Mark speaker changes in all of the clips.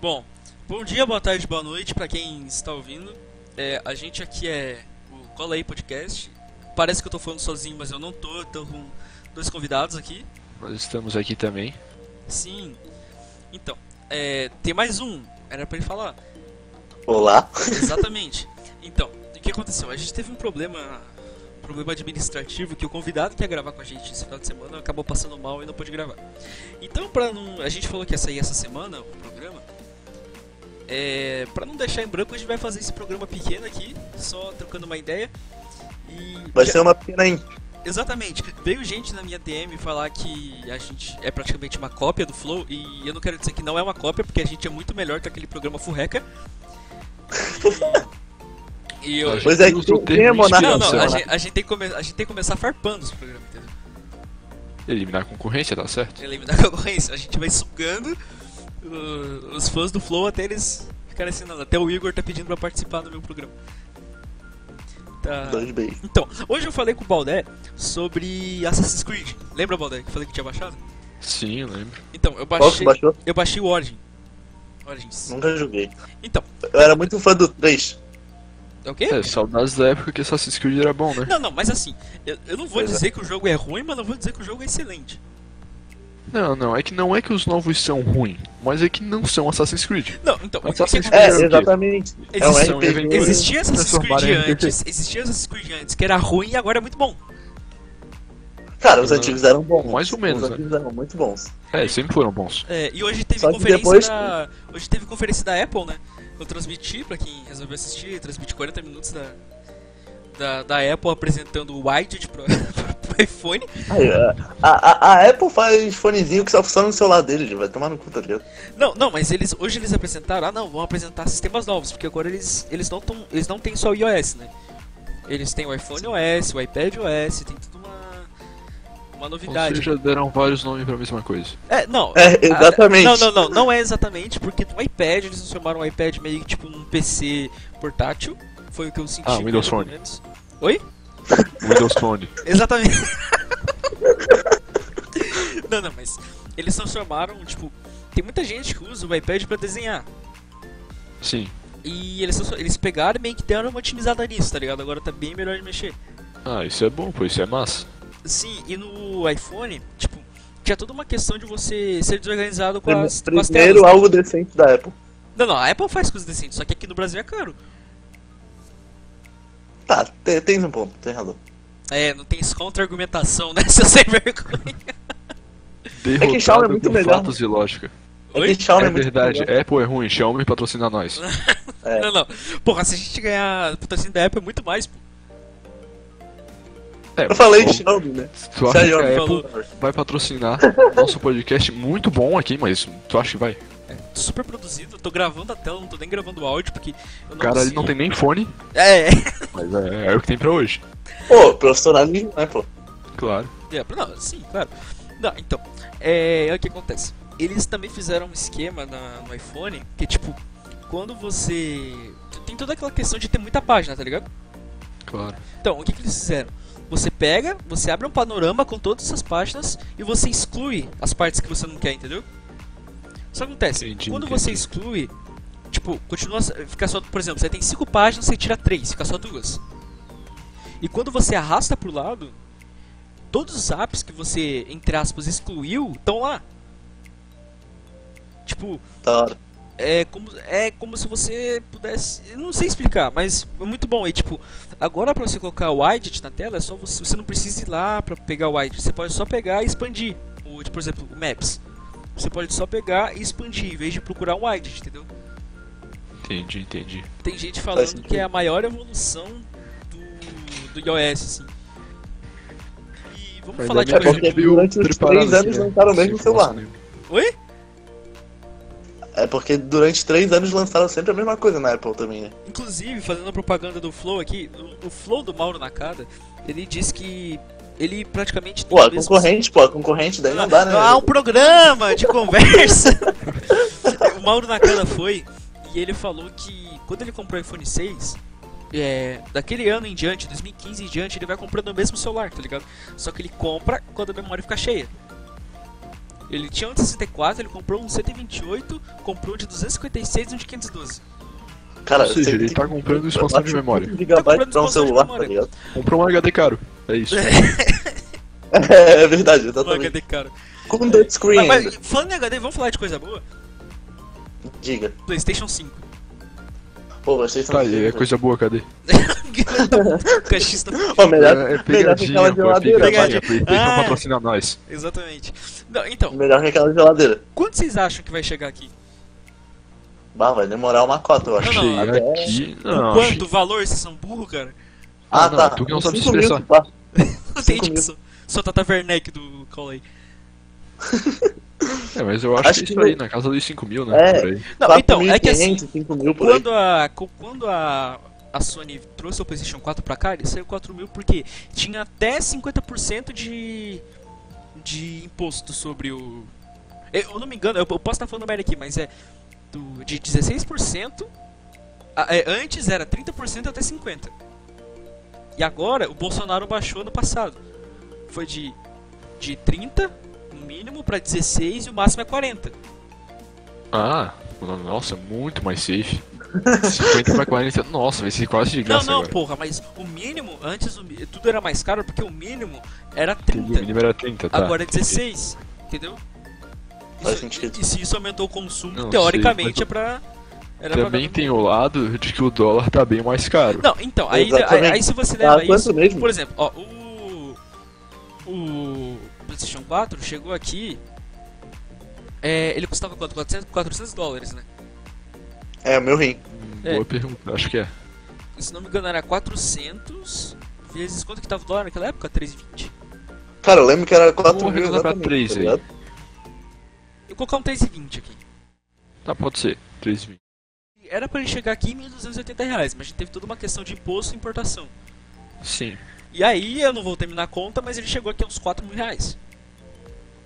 Speaker 1: Bom, bom dia, boa tarde, boa noite pra quem está ouvindo. É, a gente aqui é o Cola aí Podcast. Parece que eu tô falando sozinho, mas eu não tô, eu tô com dois convidados aqui.
Speaker 2: Nós estamos aqui também.
Speaker 1: Sim. Então, é, tem mais um. Era pra ele falar.
Speaker 3: Olá.
Speaker 1: Exatamente. Então, o que aconteceu? A gente teve um problema um problema administrativo que o convidado que ia gravar com a gente esse final de semana acabou passando mal e não pôde gravar. Então, pra não. A gente falou que ia sair essa semana o programa. É, pra não deixar em branco, a gente vai fazer esse programa pequeno aqui, só trocando uma ideia. E
Speaker 3: Vai ser uma pena, hein?
Speaker 1: Exatamente. Veio gente na minha DM falar que a gente é praticamente uma cópia do Flow, e eu não quero dizer que não é uma cópia, porque a gente é muito melhor que aquele programa Furreca. E, e eu.
Speaker 2: A
Speaker 3: Pois é,
Speaker 2: gente usa o
Speaker 3: tem né?
Speaker 2: termo
Speaker 3: monarca-
Speaker 1: Não,
Speaker 2: inspiração.
Speaker 1: não, a
Speaker 3: Funciona.
Speaker 1: gente, a gente tem que come- a gente tem que começar farpando esse programa, entendeu?
Speaker 2: Eliminar a concorrência, tá certo?
Speaker 1: Eliminar a concorrência. A gente vai sugando uh, os fãs do Flow até eles ficarem assim, "Não, até o Igor tá pedindo pra participar do meu programa. Tá.
Speaker 3: Dois beijos.
Speaker 1: Então, hoje eu falei com o Baldé sobre Assassin's Creed. Lembra, Baldé, que eu falei que tinha baixado?
Speaker 2: Sim, eu lembro.
Speaker 1: Então, eu
Speaker 3: Qual que
Speaker 1: baixei,
Speaker 3: baixou?
Speaker 1: eu baixei o Origin. Origins.
Speaker 3: Nunca joguei.
Speaker 1: Então,
Speaker 3: Eu era muito fã do 3.
Speaker 1: é o quê?
Speaker 2: É, saudades da época que Assassin's Creed era bom, né?
Speaker 1: Não, não, mas assim, eu, eu não vou
Speaker 3: Pois é.
Speaker 1: dizer que o jogo é ruim, mas não vou dizer que o jogo é excelente.
Speaker 2: Não, não, é que não é que os novos são ruins, mas é que não são Assassin's Creed.
Speaker 1: Não, então, o que- o que
Speaker 2: Assassin's
Speaker 1: acontece?
Speaker 2: Creed
Speaker 3: É,
Speaker 2: Era o quê?
Speaker 3: exatamente. É
Speaker 1: Existe-
Speaker 3: um
Speaker 2: aventura.
Speaker 3: RPG.
Speaker 1: Existia Assassin's
Speaker 2: Transformaram
Speaker 1: Creed
Speaker 2: em RPG.
Speaker 1: antes, existia Assassin's Creed antes, que era ruim e agora é muito bom.
Speaker 3: Cara, os antigos eram bons.
Speaker 2: Mais ou menos, né?
Speaker 3: Os antigos eram muito bons.
Speaker 2: É, sempre foram bons.
Speaker 1: É, e hoje teve
Speaker 3: Só que
Speaker 1: conferência
Speaker 3: depois-
Speaker 1: da. Hoje teve conferência da Apple, né? Eu transmiti pra quem resolveu assistir, eu transmiti 40 minutos da, da, da Apple apresentando o Widget pro, pro iPhone.
Speaker 3: Aí, é, a, a- a Apple faz fonezinho que só funciona no celular dele, vai tomar no cu, tá ligado?
Speaker 1: Não, não, mas eles hoje eles apresentaram, ah não, vão apresentar sistemas novos, porque agora eles, eles não tão, eles não têm só o iOS, né? Eles têm o iPhone OS, o iPad OS, tem tudo uma uma
Speaker 2: Ou
Speaker 1: novidade.
Speaker 2: seja, deram vários nomes pra mesma coisa.
Speaker 1: É, não.
Speaker 3: É, exatamente.
Speaker 1: Ah, Não, não, não, não é exatamente, porque no iPad eles transformaram o iPad meio que tipo num PC portátil. Foi o que eu senti.
Speaker 2: Ah, Windows
Speaker 1: pelo
Speaker 2: Phone.
Speaker 1: menos. Oi?
Speaker 2: Windows Phone.
Speaker 1: Exatamente. não, não, mas eles transformaram, tipo, tem muita gente que usa o iPad pra desenhar.
Speaker 2: Sim.
Speaker 1: E eles, transfor- eles pegaram e meio que deram uma otimizada nisso, tá ligado? Agora tá bem melhor de mexer.
Speaker 2: Ah, isso é bom, pô, isso é massa.
Speaker 1: Sim, e no iPhone, tipo, tinha toda uma questão de você ser desorganizado com
Speaker 3: Prime-
Speaker 1: as, com as telas.
Speaker 3: Primeiro, algo decente da Apple.
Speaker 1: Não, não, a Apple faz coisas decentes, só que aqui no Brasil é caro.
Speaker 3: Tá, te- tem um ponto, tem razão.
Speaker 1: É, não tem contra-argumentação, né? Seu sem vergonha.
Speaker 2: Derrotado
Speaker 3: Xiaomi é muito
Speaker 2: com
Speaker 3: melhor.
Speaker 2: fatos e lógica.
Speaker 3: É
Speaker 1: Oi?
Speaker 3: que Xiaomi
Speaker 2: é
Speaker 3: muito
Speaker 2: verdade,
Speaker 3: melhor.
Speaker 2: Apple é ruim, Xiaomi patrocina nós.
Speaker 3: É.
Speaker 1: Não, não. Porra, se a gente ganhar patrocínio da Apple é muito mais, pô.
Speaker 2: É,
Speaker 3: Eu falei
Speaker 2: bom,
Speaker 3: de Xiaomi, né?
Speaker 2: Tu acha que
Speaker 3: Sério,
Speaker 2: a Apple
Speaker 1: falou.
Speaker 2: vai patrocinar nosso podcast muito bom aqui, mas tu acha que vai?
Speaker 1: Tô É super produzido, tô gravando a tela, não tô nem gravando o áudio, porque eu não
Speaker 2: O cara ali
Speaker 1: consigo.
Speaker 2: não tem nem fone,
Speaker 1: É,
Speaker 2: mas é, é o que tem pra hoje.
Speaker 3: Pô, profissionalismo, né, pô?
Speaker 2: Claro.
Speaker 1: é. Não, sim, claro. Não, então, é, é o que acontece. Eles também fizeram um esquema na- no iPhone, que tipo, quando você... Tem toda aquela questão de ter muita página, tá ligado?
Speaker 2: Claro.
Speaker 1: Então, o que, que eles fizeram? Você pega, você abre um panorama com todas essas páginas e você exclui as partes que você não quer, entendeu? Isso acontece.
Speaker 2: Entendi,
Speaker 1: Quando
Speaker 2: entendi.
Speaker 1: você exclui, tipo, continua. Fica só. Por exemplo, você tem cinco páginas, você tira três, fica só duas. E quando você arrasta pro lado, todos os apps que você, entre aspas, excluiu estão lá. Tipo,
Speaker 3: Da hora.
Speaker 1: é como, é como se você pudesse. Eu não sei explicar, mas é muito bom. E tipo, agora pra você colocar o widget na tela, é só você, você não precisa ir lá pra pegar o widget. Você pode só pegar e expandir. O, tipo, por exemplo, o Maps. Você pode só pegar e expandir, em vez de procurar um widget, entendeu?
Speaker 2: Entendi, entendi.
Speaker 1: Tem gente falando
Speaker 3: sentido.
Speaker 1: que é a maior evolução do, do iOS, assim. E vamos
Speaker 2: Ainda
Speaker 1: falar de
Speaker 2: bem que a
Speaker 3: É
Speaker 1: coisa.
Speaker 3: porque
Speaker 2: gente viu
Speaker 3: durante os
Speaker 2: preparado
Speaker 3: três
Speaker 2: assim,
Speaker 3: anos
Speaker 2: né?
Speaker 3: lançaram o
Speaker 2: Sem
Speaker 3: mesmo
Speaker 2: informação
Speaker 3: celular.
Speaker 2: nenhuma.
Speaker 1: Oi?
Speaker 3: É porque durante três anos lançaram sempre a mesma coisa na Apple também, né?
Speaker 1: Inclusive, fazendo a propaganda do Flow aqui, o, o Flow do Mauro Nakada, ele diz que ele praticamente tem
Speaker 3: Pô, a
Speaker 1: o mesmo-
Speaker 3: concorrente, pô, a concorrente, daí não dá, né?
Speaker 1: Ah, um programa de conversa. o Mauro Nakana foi e ele falou que quando ele comprou o iPhone 6, é, daquele ano em diante, 2015 em diante, ele vai comprando o mesmo celular, tá ligado? Só que ele compra quando a memória fica cheia. Ele tinha um de 64, ele comprou um de 128, comprou um de 256 e um de 512.
Speaker 3: Cara,
Speaker 2: Ou seja,
Speaker 3: você
Speaker 2: ele
Speaker 3: tem-
Speaker 2: tá comprando expansão de memória.
Speaker 3: gigabyte pra um
Speaker 1: expansão de
Speaker 3: celular, tá
Speaker 1: memória.
Speaker 3: ligado?
Speaker 2: Comprou um HD caro. É isso.
Speaker 3: É, verdade,
Speaker 1: Um
Speaker 3: exatamente.
Speaker 1: HD, cara.
Speaker 3: Com touchscreen
Speaker 1: Mas,
Speaker 3: ainda.
Speaker 1: mas, falando em HD, vamos falar de coisa boa?
Speaker 3: Diga.
Speaker 1: PlayStation 5.
Speaker 3: Pô, vocês são
Speaker 2: Tá, e é
Speaker 3: incríveis.
Speaker 2: coisa boa, cadê?
Speaker 1: Cachista.
Speaker 3: Pô, melhor,
Speaker 2: É, é
Speaker 3: melhor que aquela
Speaker 2: pegadinha, pô, é
Speaker 3: geladeira.
Speaker 1: Pegadinha.
Speaker 2: pegadinha. Playstation
Speaker 1: Ah.
Speaker 2: patrocina nós.
Speaker 1: Exatamente. Não, então,
Speaker 3: Melhor que aquela geladeira.
Speaker 1: quando vocês acham que vai chegar aqui?
Speaker 3: Bah, vai demorar uma cota, eu acho.
Speaker 1: Não, não,
Speaker 2: Achei
Speaker 3: até-
Speaker 2: aqui. Não,
Speaker 1: Quanto?
Speaker 2: achei-
Speaker 1: O valor? Vocês são burro, cara?
Speaker 2: Ah,
Speaker 3: Ah,
Speaker 2: não,
Speaker 3: tá.
Speaker 2: tu que não sabe se
Speaker 3: Cinco mil,
Speaker 2: expressar.
Speaker 3: pá.
Speaker 1: Não tem
Speaker 3: Cinco mil.
Speaker 1: dicção. Sou Tata Werneck tá do Call aí.
Speaker 2: É, mas eu acho,
Speaker 3: Acho
Speaker 2: que
Speaker 3: que
Speaker 2: isso aí, na casa dos 5 mil, né?
Speaker 3: É.
Speaker 2: Por aí.
Speaker 1: Não,
Speaker 3: Quatro
Speaker 1: então,
Speaker 3: mil e
Speaker 1: é que assim,
Speaker 3: 500, cinco mil por aí.
Speaker 1: quando a, co- quando a, a Sony trouxe o PlayStation 4 pra cá, ele saiu 4 mil porque tinha até 50% de, de imposto sobre o. Eu, eu não me engano, eu, eu posso estar falando merda aqui, mas é do, de 16%. a- é, antes era 30% até 50%. E agora o Bolsonaro baixou no passado. Foi de, de 30% no mínimo pra 16% e o máximo é 40%.
Speaker 2: Ah, nossa, muito mais safe. 50 pra 40, nossa, vai ser quase de
Speaker 1: Não,
Speaker 2: graça
Speaker 1: não,
Speaker 2: agora.
Speaker 1: porra, mas o mínimo, antes o mi- tudo era mais caro porque o mínimo era
Speaker 2: Entendi, o
Speaker 1: 30,
Speaker 2: mínimo era 30, tá.
Speaker 1: agora é
Speaker 2: entendi.
Speaker 1: 16, entendeu?
Speaker 3: Faz
Speaker 1: Isso-
Speaker 3: sentido.
Speaker 1: e se isso aumentou o consumo,
Speaker 2: Não,
Speaker 1: teoricamente
Speaker 2: sei,
Speaker 1: é pra. Era é pra
Speaker 2: Também
Speaker 1: dar-
Speaker 2: tem o lado de que o dólar tá bem mais caro.
Speaker 1: Não, então, aí, aí,
Speaker 3: Exatamente.
Speaker 1: aí se você
Speaker 3: Tá,
Speaker 1: leva isso.
Speaker 3: quanto mesmo?
Speaker 1: Por exemplo, ó, o. O PlayStation 4 chegou aqui. é, ele custava quanto? 400, 400 dólares, né?
Speaker 3: É, o meu rim.
Speaker 2: Hum,
Speaker 1: é.
Speaker 2: Boa pergunta, acho que é.
Speaker 1: Se não me engano, era 400 vezes quanto que tava o dólar naquela época? 3,20.
Speaker 3: Cara, eu lembro que era 4
Speaker 2: Vamos
Speaker 3: mil
Speaker 2: arredondar pra
Speaker 3: exatamente,
Speaker 2: três
Speaker 3: tá
Speaker 2: aí.
Speaker 3: ligado?
Speaker 1: Eu vou colocar um 3,20 aqui.
Speaker 2: Tá, pode ser. 3,20.
Speaker 1: Era pra ele chegar aqui em 1.280 reais, mas teve toda uma questão de imposto e importação.
Speaker 2: Sim.
Speaker 1: E aí, eu não vou terminar a conta, mas ele chegou aqui a uns 4 mil reais.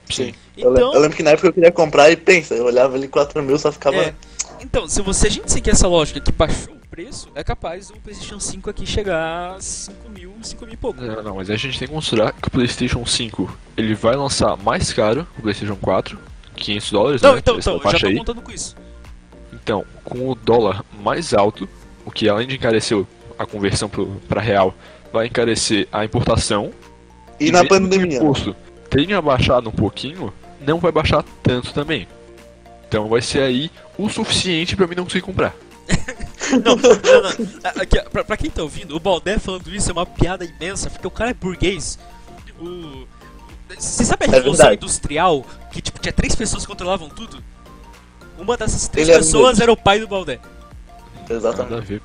Speaker 2: Sim.
Speaker 3: Eu, lem-
Speaker 1: Então,
Speaker 3: eu lembro que na época eu queria comprar e pensa, eu olhava ali 4 mil só ficava.
Speaker 1: é, então se você, a gente seguir essa lógica que baixou o preço, é capaz do PlayStation 5 aqui chegar a 5 mil, 5 mil e pouco.
Speaker 2: É, Não, não, mas a gente tem que considerar que o PlayStation 5 ele vai lançar mais caro que o PlayStation 4, 500 dólares,
Speaker 1: Então,
Speaker 2: né?
Speaker 1: então,
Speaker 2: essa
Speaker 1: então, eu já
Speaker 2: faixa
Speaker 1: tô
Speaker 2: aí.
Speaker 1: contando com isso.
Speaker 2: Então, com o dólar mais alto, o que além de encarecer a conversão pro- pra real, vai encarecer a importação.
Speaker 3: E, na
Speaker 2: mesmo que o
Speaker 3: pandemia.
Speaker 2: imposto tenha baixado um pouquinho, não vai baixar tanto também. Então vai ser aí o suficiente pra mim não conseguir comprar.
Speaker 1: Não, não, não. A- Aqui, ó, pra, pra quem tá ouvindo, o Baldé falando isso é uma piada imensa, porque o cara é burguês. O... Você sabe a revolução
Speaker 3: É verdade.
Speaker 1: industrial? Que tipo, tinha três pessoas que controlavam tudo? Uma dessas três
Speaker 3: Ele era um
Speaker 1: pessoas
Speaker 3: deles.
Speaker 1: era o pai do Baldé.
Speaker 2: Nada a
Speaker 3: Exatamente.
Speaker 2: ver.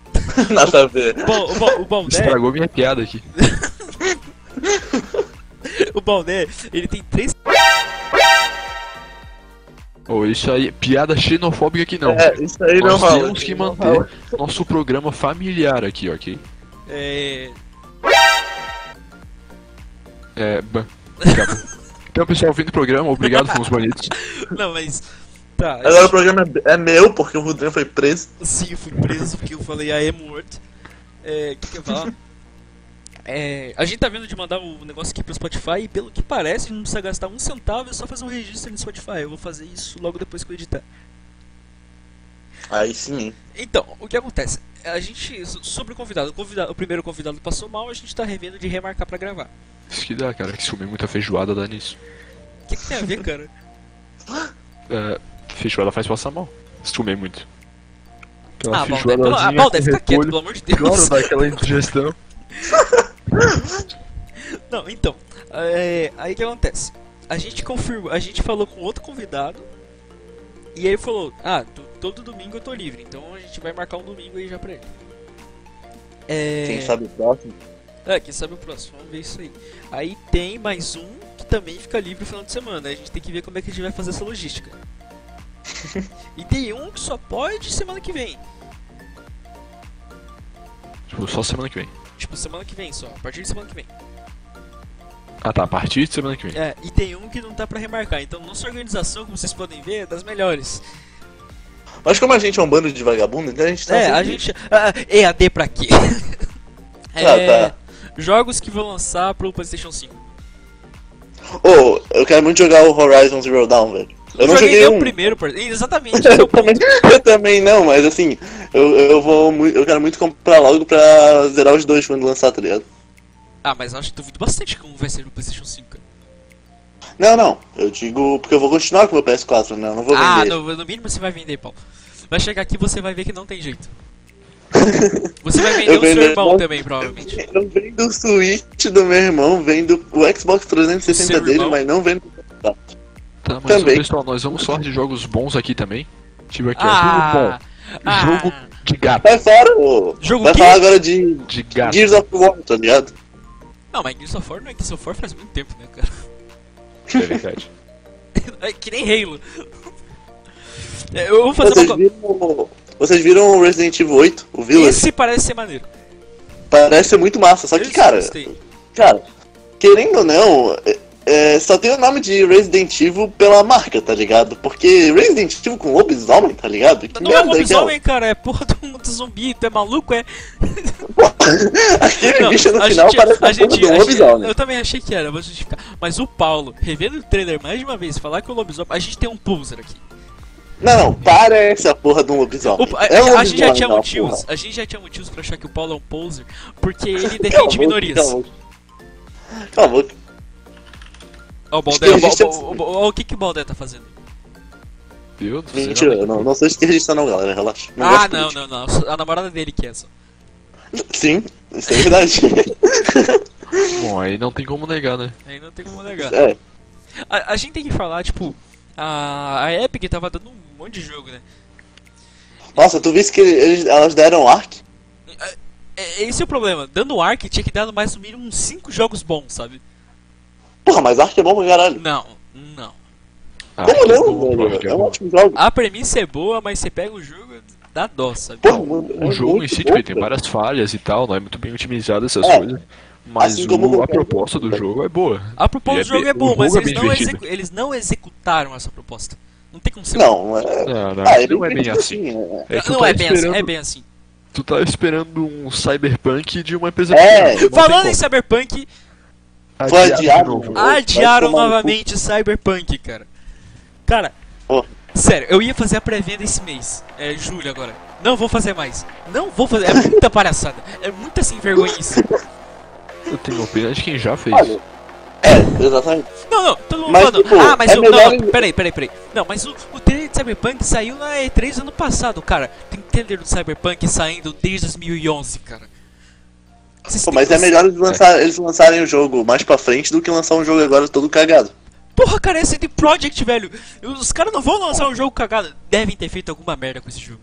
Speaker 3: Nada a ver.
Speaker 1: Bom, o, Ba- o
Speaker 3: É.
Speaker 1: Baldé,
Speaker 2: Estragou minha piada aqui.
Speaker 1: o Baldé, ele tem três.
Speaker 2: Ou isso aí, piada xenofóbica aqui não.
Speaker 3: É, isso aí não
Speaker 2: Nós
Speaker 3: rola.
Speaker 2: temos
Speaker 3: isso
Speaker 2: que
Speaker 3: não
Speaker 2: manter
Speaker 3: rola.
Speaker 2: nosso programa familiar aqui, ok?
Speaker 1: É...
Speaker 2: É. ban- acabou. Então, pessoal, vindo do programa, obrigado, fomos bonitos.
Speaker 1: Não, mas. Tá,
Speaker 3: Agora o programa é é meu, porque o Rodrigo foi preso.
Speaker 1: Sim, eu fui preso porque eu falei a M-word. É, o que, que eu ia falar? É, a gente tá vendo de mandar o negócio aqui pro Spotify e pelo que parece, a gente não precisa gastar um centavo, é só fazer um registro no Spotify. Eu vou fazer isso logo depois que eu editar.
Speaker 3: Aí sim, hein?
Speaker 1: Então, o que acontece? A gente. so- Sobre o convidado, o, convidado, o primeiro convidado passou mal, a gente tá revendo de remarcar pra gravar.
Speaker 2: Isso que dá, cara, que se comer muita feijoada dá nisso.
Speaker 1: O que, que tem a ver, cara?
Speaker 2: É, feijoada faz passar mal. Se comer muito.
Speaker 1: ah, Baldé, pelo, ah, Baldé, fica quieto, pelo amor de Deus.
Speaker 2: Claro, dá aquela indigestão.
Speaker 1: Não, então. é, aí o que acontece? A gente confirma, a gente falou com outro convidado e aí ele falou: Ah, tu- todo domingo eu tô livre, então a gente vai marcar um domingo aí já pra ele. É,
Speaker 3: Quem sabe o próximo.
Speaker 1: É, quem sabe o próximo, vamos ver isso aí. Aí tem mais um que também fica livre no final de semana, aí a gente tem que ver como é que a gente vai fazer essa logística. e tem um que só pode semana que vem.
Speaker 2: Tipo, só semana que vem.
Speaker 1: Tipo, semana que vem só, a partir de semana que vem.
Speaker 2: Ah tá, a partir de semana que vem.
Speaker 1: É, e tem um que não tá pra remarcar, então nossa organização, como vocês podem ver, é das melhores.
Speaker 3: Mas como a gente é um bando de vagabundo, então a gente tá.
Speaker 1: É, a
Speaker 3: sempre-
Speaker 1: gente. ah, EAD pra quê?
Speaker 3: Ah,
Speaker 1: É,
Speaker 3: tá.
Speaker 1: Jogos que vão lançar pro PlayStation 5.
Speaker 3: Ô, eu quero muito jogar o Horizon Zero Dawn, velho. Eu não joguei,
Speaker 1: nem
Speaker 3: um.
Speaker 1: o primeiro, por... exatamente. esse é o
Speaker 3: Eu também,
Speaker 1: ponto.
Speaker 3: eu também não, mas assim, eu, eu vou muito, eu quero muito comprar logo pra zerar os dois quando lançar, tá ligado?
Speaker 1: Ah, mas eu acho que duvido bastante como vai ser no PlayStation 5. cara.
Speaker 3: Não, não. Eu digo porque eu vou continuar com o meu PS4, né? Eu não vou
Speaker 1: Ah,
Speaker 3: vender.
Speaker 1: no, no mínimo você vai vender, Paulo. Vai chegar aqui e você vai ver que não tem jeito. Você vai vender
Speaker 3: Eu
Speaker 1: o seu
Speaker 3: vender-
Speaker 1: irmão também, provavelmente.
Speaker 3: Eu vendo o Switch do meu irmão, vendo o Xbox 360
Speaker 1: Seu
Speaker 3: dele,
Speaker 1: irmão?
Speaker 3: mas não vendo.
Speaker 2: Tá, mas
Speaker 3: Também.
Speaker 2: pessoal, nós vamos falar de jogos bons aqui também. Tipo aqui, ó.
Speaker 1: Ah,
Speaker 2: Jogo bom.
Speaker 1: ah,
Speaker 2: Jogo de gato.
Speaker 3: Vai fora, ô!
Speaker 1: Jogo
Speaker 3: Vai
Speaker 1: quê?
Speaker 3: falar agora de
Speaker 2: De gato.
Speaker 3: Gears of War, tá ligado?
Speaker 1: Não, mas Gears of War não é Gears of War faz muito tempo, né, cara?
Speaker 2: É verdade.
Speaker 1: É que nem Halo. É, eu vou fazer
Speaker 3: Vocês
Speaker 1: uma co...
Speaker 3: viram, o- vocês viram o Resident Evil 8, o Village?
Speaker 1: Esse parece ser maneiro.
Speaker 3: Parece ser muito massa, assim. só que,
Speaker 1: Esse eu
Speaker 3: cara,
Speaker 1: gostei.
Speaker 3: cara, querendo ou não, é- é, só tem o nome de Resident Evil pela marca, tá ligado? Porque Resident Evil com lobisomem, tá ligado? Que
Speaker 1: Não é um
Speaker 3: merda é aquela?
Speaker 1: lobisomem, cara, é porra do mundo zumbi, tu é maluco, é?
Speaker 3: Aquele
Speaker 1: Não,
Speaker 3: bicho no
Speaker 1: a
Speaker 3: final
Speaker 1: gente-
Speaker 3: parece
Speaker 1: a
Speaker 3: a porra
Speaker 1: gente-
Speaker 3: de um
Speaker 1: a gente-
Speaker 3: lobisomem.
Speaker 1: Eu também achei que era, vou justificar. Mas o Paulo, revendo o trailer mais de uma vez, falar que o lobisomem. A gente tem um pulser aqui.
Speaker 3: Não, não, parece a porra de um lobisomem.
Speaker 1: O- a,
Speaker 3: é um
Speaker 1: a gente já
Speaker 3: lobisomem,
Speaker 1: tinha
Speaker 3: não,
Speaker 1: motivos.
Speaker 3: porra.
Speaker 1: A gente já tinha motivos pra achar que o Paulo é um poser, porque ele
Speaker 3: Cala a
Speaker 1: defende
Speaker 3: boca,
Speaker 1: minorias.
Speaker 3: cala a boca. Cala a boca.
Speaker 1: Ó, o Baldé, ó,
Speaker 3: Esquerdista-
Speaker 1: ó, ó, ó, ó, o que, que o Baldé tá fazendo?
Speaker 2: Meu Deus do céu.
Speaker 3: Mentira, eu não, não sou esquerdista não, galera, relaxa. Não
Speaker 1: ah,
Speaker 3: gosto de
Speaker 1: não,
Speaker 3: política.
Speaker 1: não, não. A namorada dele que é essa.
Speaker 3: Sim, isso é verdade.
Speaker 2: Bom, aí não tem como negar, né?
Speaker 1: Aí não tem como negar.
Speaker 3: é,
Speaker 1: A, a gente tem que falar, tipo, a, a Epic tava dando um monte de jogo, né?
Speaker 3: Nossa, tu viste que eles, elas deram Ark?
Speaker 1: É, esse é o problema. Dando o Ark tinha que dar no mais no mínimo uns 5 jogos bons, sabe?
Speaker 3: Porra, mas Ark é bom pra caralho.
Speaker 1: Não, não.
Speaker 2: Ah,
Speaker 3: Como
Speaker 2: que
Speaker 3: não,
Speaker 2: bom,
Speaker 3: velho?
Speaker 2: que
Speaker 3: É um
Speaker 2: bom.
Speaker 3: ótimo jogo.
Speaker 1: A premissa é boa, mas você pega o jogo, dá dó, sabe?
Speaker 3: Porra, mano, é
Speaker 2: O jogo
Speaker 3: muito
Speaker 2: em si,
Speaker 3: bom,
Speaker 2: tipo, tem
Speaker 3: velho.
Speaker 2: várias falhas e tal, não é muito bem otimizado essas
Speaker 3: É.
Speaker 2: coisas. Mas
Speaker 3: Assim como
Speaker 2: o- a
Speaker 3: qualquer
Speaker 2: proposta do
Speaker 3: outro,
Speaker 2: jogo é boa.
Speaker 1: A proposta do
Speaker 2: Ele é
Speaker 1: jogo é
Speaker 2: bem-
Speaker 1: boa,
Speaker 2: o
Speaker 1: mas
Speaker 2: jogo é
Speaker 1: eles
Speaker 2: bem
Speaker 1: não,
Speaker 2: divertido.
Speaker 1: execu- eles não executaram essa proposta. Não tem como ser. um-
Speaker 3: Não, é...
Speaker 2: Não, não,
Speaker 3: Ah,
Speaker 2: não é bem
Speaker 3: divertido,
Speaker 2: assim.
Speaker 3: é.
Speaker 2: É que tu
Speaker 1: não
Speaker 2: tá
Speaker 1: é bem assim,
Speaker 2: esperando-
Speaker 1: é bem assim.
Speaker 2: Tu tá esperando um cyberpunk de uma empresa
Speaker 3: É.
Speaker 2: pequena, não tem
Speaker 1: Falando
Speaker 2: como.
Speaker 1: em Cyberpunk,
Speaker 3: Foi
Speaker 2: Adiado de
Speaker 3: adiado,
Speaker 2: novo.
Speaker 3: mano. Vai
Speaker 1: adiaram
Speaker 3: tomar no cu.
Speaker 1: novamente Cyberpunk, cara. Cara,
Speaker 3: Pô.
Speaker 1: sério, eu ia fazer a pré-venda esse mês. É julho agora. Não vou fazer mais. Não vou fazer. É muita palhaçada. É muita sem vergonhice.
Speaker 2: Eu tenho opinião de quem já fez.
Speaker 3: Olha, é, exatamente.
Speaker 1: Não, não, todo mundo
Speaker 3: Mas,
Speaker 1: falando.
Speaker 3: tipo,
Speaker 1: ah, mas
Speaker 3: é
Speaker 1: o.
Speaker 3: melhor
Speaker 1: Não, não,
Speaker 3: ele-
Speaker 1: peraí, peraí, peraí. Não, mas o, o trailer de Cyberpunk saiu na E3 ano passado, cara. Tem trailer do Cyberpunk saindo desde 2011, cara. Vocês
Speaker 3: Pô,
Speaker 1: têm
Speaker 3: mas é
Speaker 1: noção?
Speaker 3: melhor eles, lançar- eles lançarem o jogo mais pra frente do que lançar um jogo agora todo cagado.
Speaker 1: Porra, cara, é CD Project, velho. Os caras não vão lançar um jogo cagado. Devem ter feito alguma merda com esse jogo.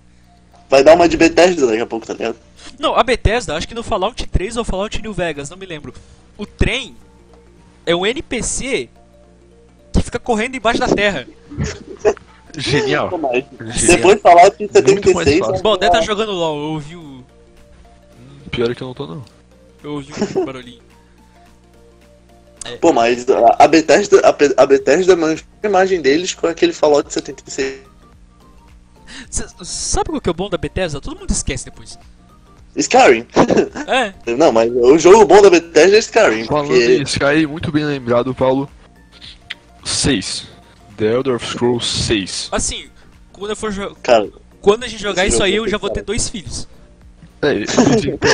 Speaker 3: Vai dar uma de Bethesda daqui a pouco, tá ligado?
Speaker 1: Não, a Bethesda, acho que no Fallout 3 ou Fallout New Vegas, não me lembro. O trem é um NPC que fica correndo embaixo da terra.
Speaker 2: Genial.
Speaker 3: Não mais.
Speaker 2: Genial.
Speaker 3: Depois falar que
Speaker 2: Ah. Muito mais
Speaker 3: 76
Speaker 2: fácil.
Speaker 1: Bom, deve tá jogando LOL, eu ouvi o.
Speaker 2: Pior é que eu não tô, não.
Speaker 1: Eu ouvi o barulhinho.
Speaker 3: Pô, mas a- a Bethesda, a Pe- a Bethesda manchou a imagem deles com aquele Fallout 76.
Speaker 1: Cê- sabe o que é o bom da Bethesda? Todo mundo esquece depois.
Speaker 3: Skyrim.
Speaker 1: É,
Speaker 3: Não, mas o jogo bom da Bethesda é Skyrim.
Speaker 2: Falando
Speaker 3: porque-
Speaker 2: em Sky, muito bem lembrado, Paulo. 6. The Elder Scrolls 6.
Speaker 1: assim, quando eu for jo-
Speaker 3: Cara,
Speaker 1: quando a gente jogar
Speaker 3: Esse
Speaker 1: isso
Speaker 3: jogo
Speaker 1: aí,
Speaker 3: é
Speaker 1: eu já vou ter
Speaker 3: perfeito.
Speaker 1: dois filhos.
Speaker 2: É, mas então,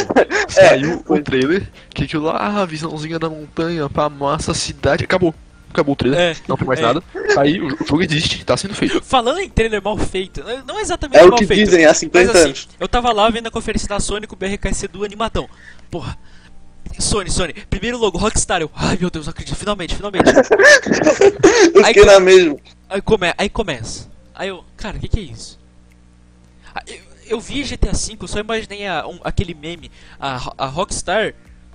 Speaker 2: saiu o
Speaker 3: É, foi.
Speaker 2: trailer, que aquilo lá, ah, a visãozinha da montanha, pá, massa, cidade, acabou. Acabou o trailer,
Speaker 1: É,
Speaker 2: não tem mais
Speaker 1: é.
Speaker 2: nada. Aí o jogo existe, tá sendo feito.
Speaker 1: Falando em trailer mal feito, né, não exatamente
Speaker 3: é o
Speaker 1: mal
Speaker 3: que
Speaker 1: feito.
Speaker 3: dizem há
Speaker 1: mas
Speaker 3: 50
Speaker 1: assim,
Speaker 3: anos.
Speaker 1: eu tava lá vendo a conferência da Sony com o BRKC do animadão. Porra. Sony, Sony, primeiro logo, Rockstar, eu. Ai meu Deus, não acredito, finalmente, finalmente.
Speaker 3: Eu
Speaker 1: Aí
Speaker 3: fiquei
Speaker 1: que-
Speaker 3: na mesma.
Speaker 1: Aí, come, aí começa. Aí eu, cara, o que, que é isso? Ah, Eu, eu vi GTA V, eu só imaginei a- um- aquele meme, a, Ro- a Rockstar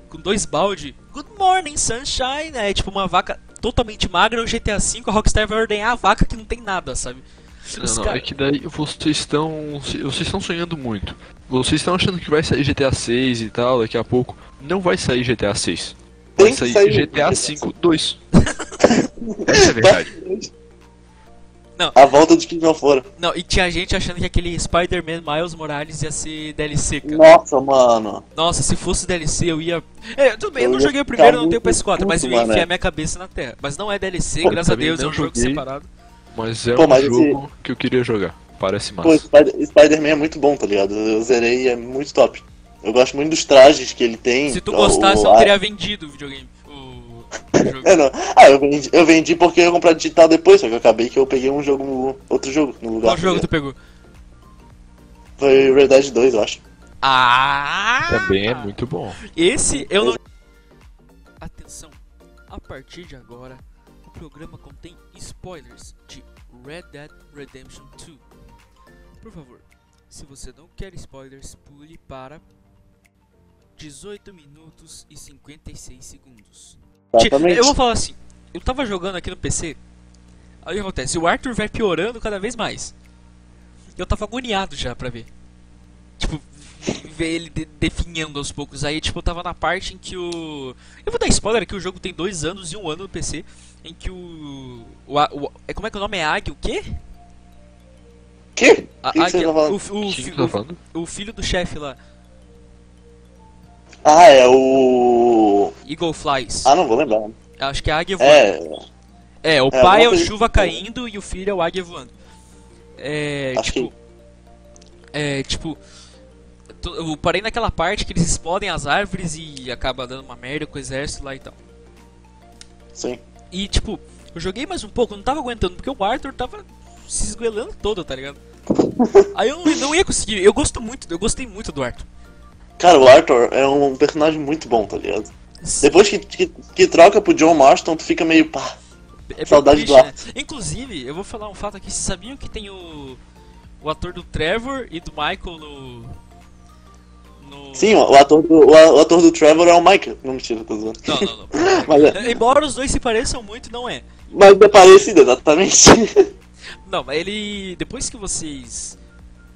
Speaker 1: com dois balde. Good morning, sunshine! É tipo uma vaca totalmente magra, o GTA V, a Rockstar vai ordenhar a vaca que não tem nada, sabe? Os
Speaker 2: Não, não,
Speaker 1: cara-
Speaker 2: é que daí vocês estão. Vocês estão sonhando muito. Vocês estão achando que vai sair GTA 6 e tal, daqui a pouco. Não vai sair GTA 6. Vai
Speaker 3: Tem que
Speaker 2: sair,
Speaker 3: sair
Speaker 2: GTA
Speaker 3: GTA
Speaker 2: 5 2. Essa é a verdade.
Speaker 1: Não.
Speaker 3: A volta de King of War.
Speaker 1: Não, e tinha gente achando que aquele Spider-Man Miles Morales ia ser DLC, cara.
Speaker 3: Nossa, mano.
Speaker 1: Nossa, se fosse DLC eu ia. É, tudo bem, eu,
Speaker 3: Eu
Speaker 1: não
Speaker 3: ia
Speaker 1: joguei o
Speaker 3: ficar
Speaker 1: primeiro, não tenho
Speaker 3: muito
Speaker 1: PS4, mas eu
Speaker 3: puto,
Speaker 1: ia
Speaker 3: mano.
Speaker 1: enfiar minha cabeça na terra. Mas não é DLC,
Speaker 2: Pô,
Speaker 1: graças a
Speaker 2: também
Speaker 1: Deus, é
Speaker 2: não
Speaker 1: um jogo
Speaker 2: joguei.
Speaker 1: separado.
Speaker 2: Mas é
Speaker 3: Pô,
Speaker 2: um
Speaker 3: mas esse-
Speaker 2: jogo que eu queria jogar. Parece
Speaker 3: Pô,
Speaker 2: massa.
Speaker 3: Spider- Spider-Man é muito bom, tá ligado? Eu zerei e é muito top. Eu gosto muito dos trajes que ele tem.
Speaker 1: Se tu
Speaker 3: o-
Speaker 1: gostasse,
Speaker 3: o-
Speaker 1: eu não teria vendido o videogame. O... o jogo.
Speaker 3: É, não. Ah, eu vendi, eu vendi porque eu ia comprar digital depois, só que eu acabei que eu peguei um jogo, outro jogo no lugar.
Speaker 1: Qual jogo tu pegou?
Speaker 3: Foi Red Dead 2, eu acho.
Speaker 1: Ah!
Speaker 2: Também é muito bom.
Speaker 1: Esse eu não. Atenção, a partir de agora, o programa contém spoilers de Red Dead Redemption 2. Por favor, se você não quer spoilers, pule para 18 minutos e 56 segundos. Ti-
Speaker 3: Exatamente.
Speaker 1: Eu vou falar assim, eu tava jogando aqui no PC, aí o que acontece? O Arthur vai piorando cada vez mais. Eu tava agoniado já pra ver. Tipo, ver ele de- definhando aos poucos. Aí, tipo, eu tava na parte em que o. Eu vou dar spoiler que o jogo tem dois anos e um ano no PC. Em que o. o, a- o- é, como é que o nome é Águia? O quê?
Speaker 3: Que?
Speaker 1: A-
Speaker 3: Que que você
Speaker 1: Águia-
Speaker 3: tá falando?
Speaker 1: o fi- o
Speaker 2: O
Speaker 1: fi-
Speaker 2: que tá falando?
Speaker 1: o filho do chefe lá,
Speaker 3: Ah, é o.
Speaker 1: Eagle Flies.
Speaker 3: Ah, não vou lembrar.
Speaker 1: Acho que é Águia voando.
Speaker 3: É,
Speaker 1: É, o
Speaker 3: É,
Speaker 1: pai é o
Speaker 3: alguma coisa-
Speaker 1: chuva caindo e o filho é o águia voando. É,
Speaker 3: Acho
Speaker 1: tipo. É, tipo. to- Eu parei naquela parte que eles explodem as árvores e acaba dando uma merda com o exército lá e tal.
Speaker 3: sim.
Speaker 1: E, tipo, eu joguei mais um pouco, eu não tava aguentando, porque o Arthur tava se esguelando todo, tá ligado? Aí eu não, não ia conseguir, eu gosto muito, eu gostei muito do Arthur.
Speaker 3: Cara, o Arthur é um personagem muito bom, tá ligado? Depois que, que, que troca pro John Marston, tu fica meio pá.
Speaker 1: É
Speaker 3: Saudade
Speaker 1: bem
Speaker 3: do
Speaker 1: triste, né? Inclusive, eu vou falar um fato aqui. Vocês sabiam que tem o, o ator do Trevor e do Michael no. no...
Speaker 3: Sim, o ator do, o, a- o ator do Trevor é o Michael. Não mentira, tô zoando.
Speaker 1: Não, não, não.
Speaker 3: Mas, é,
Speaker 1: Embora os dois se pareçam muito, não é.
Speaker 3: mas é parecido, exatamente.
Speaker 1: Não, mas ele. Depois que vocês.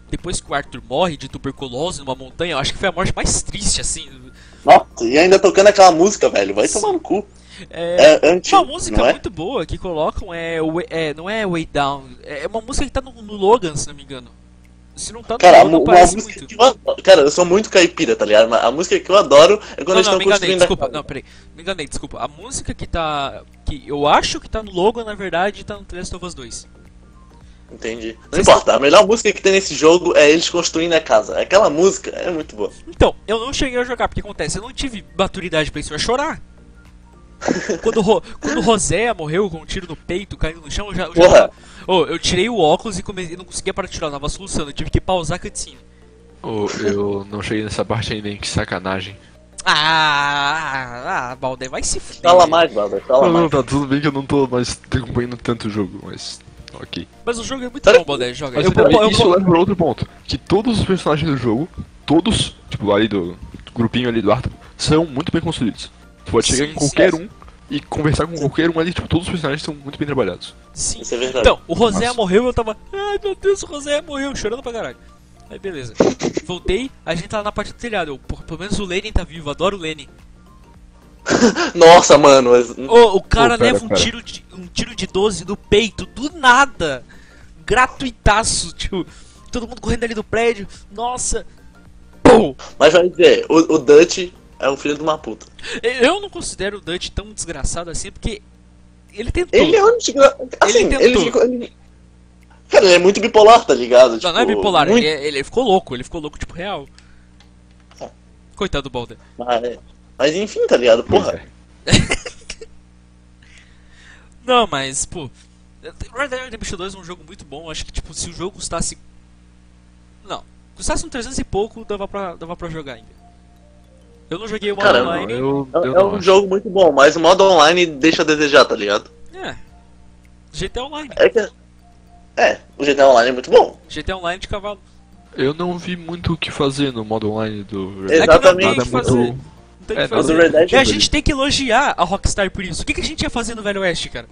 Speaker 1: Depois que o Arthur morre de tuberculose numa montanha, eu acho que foi a morte mais triste, assim.
Speaker 3: Nossa, e ainda tocando aquela música, velho. Vai tomar no cu.
Speaker 1: É,
Speaker 3: É antigo,
Speaker 1: Uma música
Speaker 3: não é?
Speaker 1: muito boa que colocam é, Way- é. Não é Way Down. É uma música que tá no, no Logan, se não me engano. Se não tá no
Speaker 3: Cara, a,
Speaker 1: Logan,
Speaker 3: mu- uma
Speaker 1: parece
Speaker 3: música
Speaker 1: muito.
Speaker 3: que eu adoro. Cara, eu sou muito caipira, tá ligado? Mas a música que eu adoro é quando
Speaker 1: não,
Speaker 3: eles
Speaker 1: não,
Speaker 3: estão
Speaker 1: me enganei,
Speaker 3: construindo a
Speaker 1: desculpa.
Speaker 3: casa.
Speaker 1: Não, peraí. Me enganei, desculpa. A música que tá. que eu acho que tá no logo, na verdade, tá no The Last of Us 2.
Speaker 3: Entendi.
Speaker 1: Tipo,
Speaker 3: Não importa, a melhor música que tem nesse jogo é eles construindo a casa. Aquela música é muito boa.
Speaker 1: Então, eu não cheguei a jogar, porque acontece, eu não tive maturidade pra isso, eu ia chorar. quando, o Ro- quando o Rosé morreu com um tiro no peito, caindo no chão, eu já. Eu, já
Speaker 3: Porra.
Speaker 1: tava- Ô, eu tirei o óculos e comecei, não conseguia parar de tirar, eu tava soluçando, eu tive que pausar a cutscene.
Speaker 2: Ô, eu não cheguei nessa parte ainda, hein? Que sacanagem.
Speaker 1: Ah, ah, Baldé, vai se fuder.
Speaker 3: Fala mais, Bárbara, fala
Speaker 2: Não, não,
Speaker 3: mais.
Speaker 2: tá tudo bem que eu não tô mais acompanhando tanto o jogo, mas. Ok.
Speaker 1: Mas o jogo é muito
Speaker 3: Olha-
Speaker 1: bom, Baldé, joga.
Speaker 2: Mas tá
Speaker 1: Eu-
Speaker 2: também,
Speaker 1: eu- eu-
Speaker 2: isso leva pra outro ponto. Que todos os personagens do jogo, todos, tipo, ali do do grupinho ali do Arthur, são muito bem construídos. Tu pode chegar
Speaker 1: Sim,
Speaker 2: em qualquer
Speaker 3: sim.
Speaker 2: um e conversar com qualquer um ali, tipo, todos os personagens são muito bem trabalhados.
Speaker 1: Sim.
Speaker 3: Isso é verdade.
Speaker 1: Então, o Rosé
Speaker 2: Nossa.
Speaker 1: morreu, eu tava. Ai meu Deus, o Rosé morreu, chorando pra caralho. Aí beleza. Voltei, a gente tava na parte do telhado. Eu, "Porra, pelo menos o Lenin tá vivo, adoro o Lenin.
Speaker 3: Nossa, mano. mas-
Speaker 1: Ô, o cara
Speaker 2: Pô, pera,
Speaker 1: leva um
Speaker 2: pera.
Speaker 1: tiro, de, um tiro de 12 do peito, do nada. Gratuitaço, tio. Todo mundo correndo ali do prédio. Nossa. Pum.
Speaker 3: Mas vai dizer, o, o Dutch é um filho de uma puta.
Speaker 1: Eu não considero o Dutch tão desgraçado assim, porque. Ele tentou.
Speaker 3: Ele é um desgra- Assim,
Speaker 1: Ele
Speaker 3: ele,
Speaker 1: tentou.
Speaker 3: ficou- ele- Cara, ele é muito bipolar, tá ligado?
Speaker 1: Não, não é bipolar, ele, é- ele ficou louco, ele ficou louco, tipo, real.
Speaker 3: É.
Speaker 1: Coitado do Balder.
Speaker 3: Mas, é. mas enfim, tá ligado? Porra.
Speaker 1: é,
Speaker 2: é.
Speaker 1: Não, mas, pô. Red Dead Redemption 2 é um jogo muito bom. Acho que, tipo, se o jogo custasse. Não, custasse um 300 e pouco, dava pra, dava pra jogar ainda. Eu não joguei o modo
Speaker 3: Cara,
Speaker 2: Não,
Speaker 1: online.
Speaker 2: eu,
Speaker 3: É,
Speaker 2: eu
Speaker 3: é
Speaker 2: não
Speaker 3: um
Speaker 2: acho.
Speaker 3: jogo muito bom, mas o modo online deixa a desejar, tá ligado?
Speaker 1: É. GTA Online.
Speaker 3: É que. É, o GTA Online é muito bom.
Speaker 1: GTA Online de cavalo.
Speaker 2: Eu não vi muito o que fazer no modo online do
Speaker 3: É que não tem o
Speaker 2: Nada
Speaker 3: que
Speaker 1: fazer.
Speaker 2: muito.
Speaker 1: Não tem o
Speaker 2: É,
Speaker 1: que
Speaker 2: não,
Speaker 3: Mas o
Speaker 1: fazer.
Speaker 3: Red Dead
Speaker 1: E
Speaker 3: é
Speaker 1: a gente tem que elogiar a Rockstar por isso. O que, que a gente ia fazer no Velho Oeste, cara?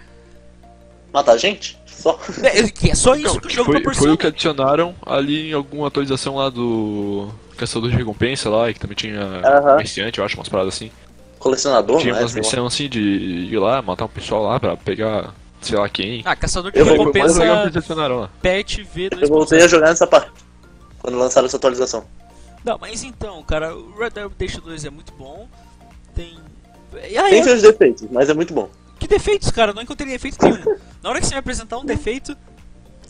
Speaker 3: matar gente? Só.
Speaker 1: É, que é só isso
Speaker 2: Não,
Speaker 1: que o jogo
Speaker 2: foi, foi
Speaker 1: proporciona.
Speaker 2: o que adicionaram ali em alguma atualização lá do Caçador de Recompensa lá, que também tinha
Speaker 3: Aham.
Speaker 2: comerciante, eu acho, umas paradas assim.
Speaker 1: Tipo,
Speaker 3: Colecionador,
Speaker 2: tinha
Speaker 3: né?
Speaker 2: umas
Speaker 3: sei lá.
Speaker 2: missões assim de ir lá, matar um pessoal lá pra pegar sei lá quem.
Speaker 1: Ah, Caçador de
Speaker 3: Eu vou-
Speaker 2: mais legal que
Speaker 1: Recompensa
Speaker 2: eles adicionaram lá.
Speaker 1: Pet V2.
Speaker 3: Eu voltei a jogar nessa parte. Quando lançaram essa atualização.
Speaker 1: Não, mas então, cara, o Red Dead Redemption 2 é muito bom. Tem. E aí,
Speaker 3: Tem seus defeitos, mas é muito bom.
Speaker 1: que defeitos, cara? Eu Não encontrei defeito nenhum. Na hora que você me apresentar
Speaker 2: Né?
Speaker 1: um defeito,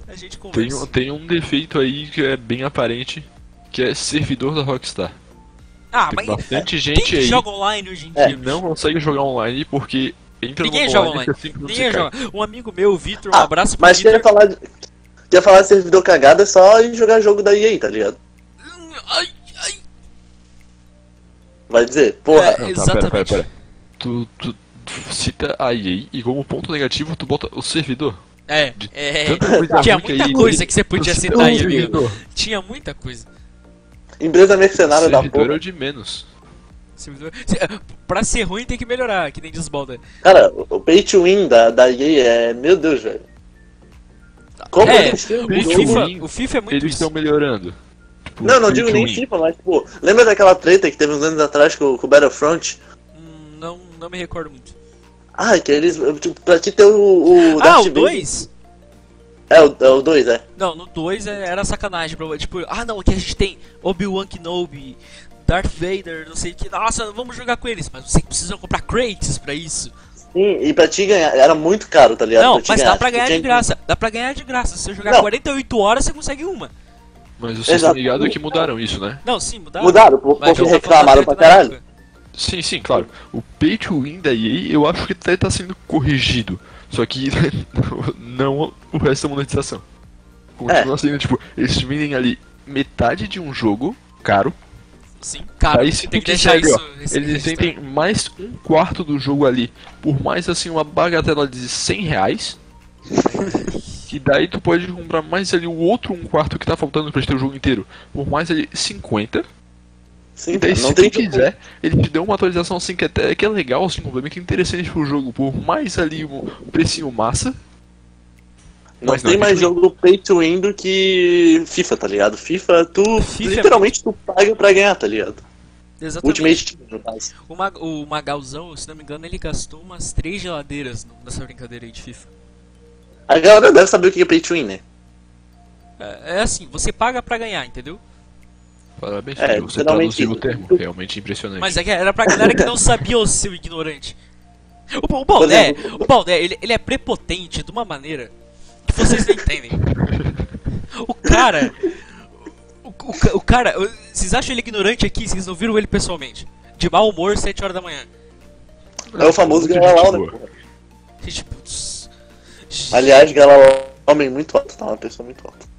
Speaker 1: a gente
Speaker 2: Tem,
Speaker 1: conversa.
Speaker 2: um- tem um defeito aí que é bem aparente, que é servidor da Rockstar.
Speaker 1: Ah,
Speaker 2: Tem
Speaker 1: mas
Speaker 2: bastante
Speaker 1: quem
Speaker 2: gente
Speaker 1: que
Speaker 2: aí
Speaker 1: joga online hoje em dia?
Speaker 2: que não consegue jogar online porque entra
Speaker 1: Ninguém
Speaker 2: no
Speaker 1: joga
Speaker 2: online,
Speaker 1: online.
Speaker 2: fica cinco minutos
Speaker 1: Ninguém
Speaker 2: sem
Speaker 1: joga. Um amigo meu, o Vitor, um
Speaker 3: Ah,
Speaker 1: abraço pro
Speaker 3: Mas
Speaker 1: Vitor.
Speaker 3: queria
Speaker 2: é
Speaker 3: falar de. Queria falar de servidor cagado é só ir jogar jogo da EA, tá ligado?
Speaker 1: Hum, Ai, ai.
Speaker 3: Vai dizer, porra,
Speaker 1: É.
Speaker 2: Não, tá, pera,
Speaker 1: Exatamente.
Speaker 2: pera, pera. Tu, tu, tu cita a EA e como ponto negativo tu bota o servidor.
Speaker 1: É,
Speaker 2: De-
Speaker 1: é.
Speaker 2: Tanta coisa
Speaker 1: Tinha
Speaker 2: ruim que
Speaker 1: muita
Speaker 2: aí-
Speaker 1: coisa que você podia
Speaker 2: tu cita
Speaker 1: citar
Speaker 2: o
Speaker 1: aí, amigo.
Speaker 2: servidor.
Speaker 1: Tinha muita coisa.
Speaker 3: empresa mercenária da
Speaker 2: servidor é
Speaker 3: porra.
Speaker 2: o de menos.
Speaker 1: Servidor- se- é, Pra ser ruim tem que melhorar, que nem diz Balda.
Speaker 3: Cara, o o pay to win da, da EA é. Meu Deus, velho. Como
Speaker 1: É,
Speaker 3: eles têm um
Speaker 1: O
Speaker 2: Pay to
Speaker 3: jogo-
Speaker 1: FIFA,
Speaker 2: win,
Speaker 1: o FIFA é muito
Speaker 2: Eles
Speaker 1: isso.
Speaker 2: estão melhorando. Tipo,
Speaker 3: Não, não
Speaker 2: pay
Speaker 3: digo
Speaker 2: to
Speaker 3: nem
Speaker 2: win.
Speaker 3: FIFA, mas, pô, lembra daquela treta que teve uns anos atrás com, com o Battlefront?
Speaker 1: Hum, Não, não me recordo muito.
Speaker 3: Ah, que eles. Tipo, pra ti ter o. o
Speaker 1: ah,
Speaker 3: Darth
Speaker 1: o
Speaker 3: Vader-
Speaker 1: 2?
Speaker 3: É, o- é o 2, é.
Speaker 1: Não, no 2 era sacanagem. Pra, tipo, ah não, aqui a gente tem Obi-Wan Kenobi, Darth Vader, não sei o que. Nossa, vamos jogar com eles. Mas vocês precisam comprar crates pra isso.
Speaker 3: Sim, e pra ti ganhar, era muito caro, tá ligado?
Speaker 1: não,
Speaker 3: ti
Speaker 1: mas
Speaker 3: ganhar.
Speaker 1: dá pra
Speaker 3: Tu
Speaker 1: ganhar
Speaker 3: tinha
Speaker 1: de
Speaker 3: que-
Speaker 1: graça. Dá pra ganhar de graça. Se você jogar
Speaker 3: Não.
Speaker 1: 48 horas, você consegue uma.
Speaker 2: Mas vocês estão
Speaker 3: Exato.
Speaker 2: ligados que mudaram isso, né?
Speaker 1: Não, sim, mudaram.
Speaker 3: Mudaram, o
Speaker 1: Mas
Speaker 3: povo
Speaker 1: eu tô
Speaker 3: reclamaram pra
Speaker 1: falando da treta
Speaker 3: caralho.
Speaker 1: na época.
Speaker 2: Sim, sim, claro. O pay to win da EA eu acho que até tá sendo corrigido. Só que não o resto da monetização. Continua sendo, tipo, eles vendem ali metade de um jogo caro.
Speaker 1: Sim, cara,
Speaker 2: aí
Speaker 1: você
Speaker 2: sim
Speaker 1: Ah, tem que
Speaker 2: que
Speaker 1: deixar
Speaker 2: segue,
Speaker 1: isso.
Speaker 2: ó.
Speaker 1: esse-
Speaker 2: Eles
Speaker 1: esse-
Speaker 2: vendem mais um quarto do jogo ali. Por mais assim, uma bagatela de 100 reais. que daí tu pode comprar mais ali o outro um quarto que tá faltando pra ter o jogo inteiro. Por mais ali 50.
Speaker 3: Sim,
Speaker 2: Então, E daí,
Speaker 3: cara, não
Speaker 2: se
Speaker 3: tem
Speaker 2: tu
Speaker 3: tipo-
Speaker 2: quiser, ele te deu uma atualização assim que até que é legal, assim, um complemento interessante pro jogo, por mais ali um precinho massa.
Speaker 3: Não
Speaker 2: Mas não,
Speaker 3: tem mais
Speaker 2: tipo-
Speaker 3: jogo pay to win do que FIFA, tá ligado? FIFA, tu
Speaker 1: FIFA é
Speaker 3: literalmente tu paga pra ganhar, tá ligado?
Speaker 1: Exatamente.
Speaker 3: Ultimate Team, no caso.
Speaker 1: O, Ma o Magalzão, se não me engano, ele gastou umas três geladeiras no- nessa brincadeira aí de FIFA.
Speaker 3: A galera deve saber o que é pay to win, né?
Speaker 1: É, é assim, você paga pra ganhar, entendeu?
Speaker 2: Parabéns,
Speaker 3: É,
Speaker 2: filho, você
Speaker 3: literalmente
Speaker 2: traduziu o
Speaker 3: isso.
Speaker 2: termo, realmente impressionante.
Speaker 1: Mas é que era pra galera que não sabia o seu ignorante. O, Ba- o Baldé,
Speaker 3: Por exemplo-
Speaker 1: o Baldé ele, ele é prepotente de uma maneira que vocês não entendem. O cara. O, o ca- o cara. o- Vocês acham ele ignorante aqui? Vocês não viram ele pessoalmente. De mau humor, 7 horas da manhã.
Speaker 3: É o famoso
Speaker 2: Muita
Speaker 3: Galalau,
Speaker 2: gente
Speaker 3: né?
Speaker 2: boa.
Speaker 3: porra?
Speaker 1: Gente, putz.
Speaker 3: Aliás, Galalau é um homem muito alto, tá? Uma pessoa muito alta.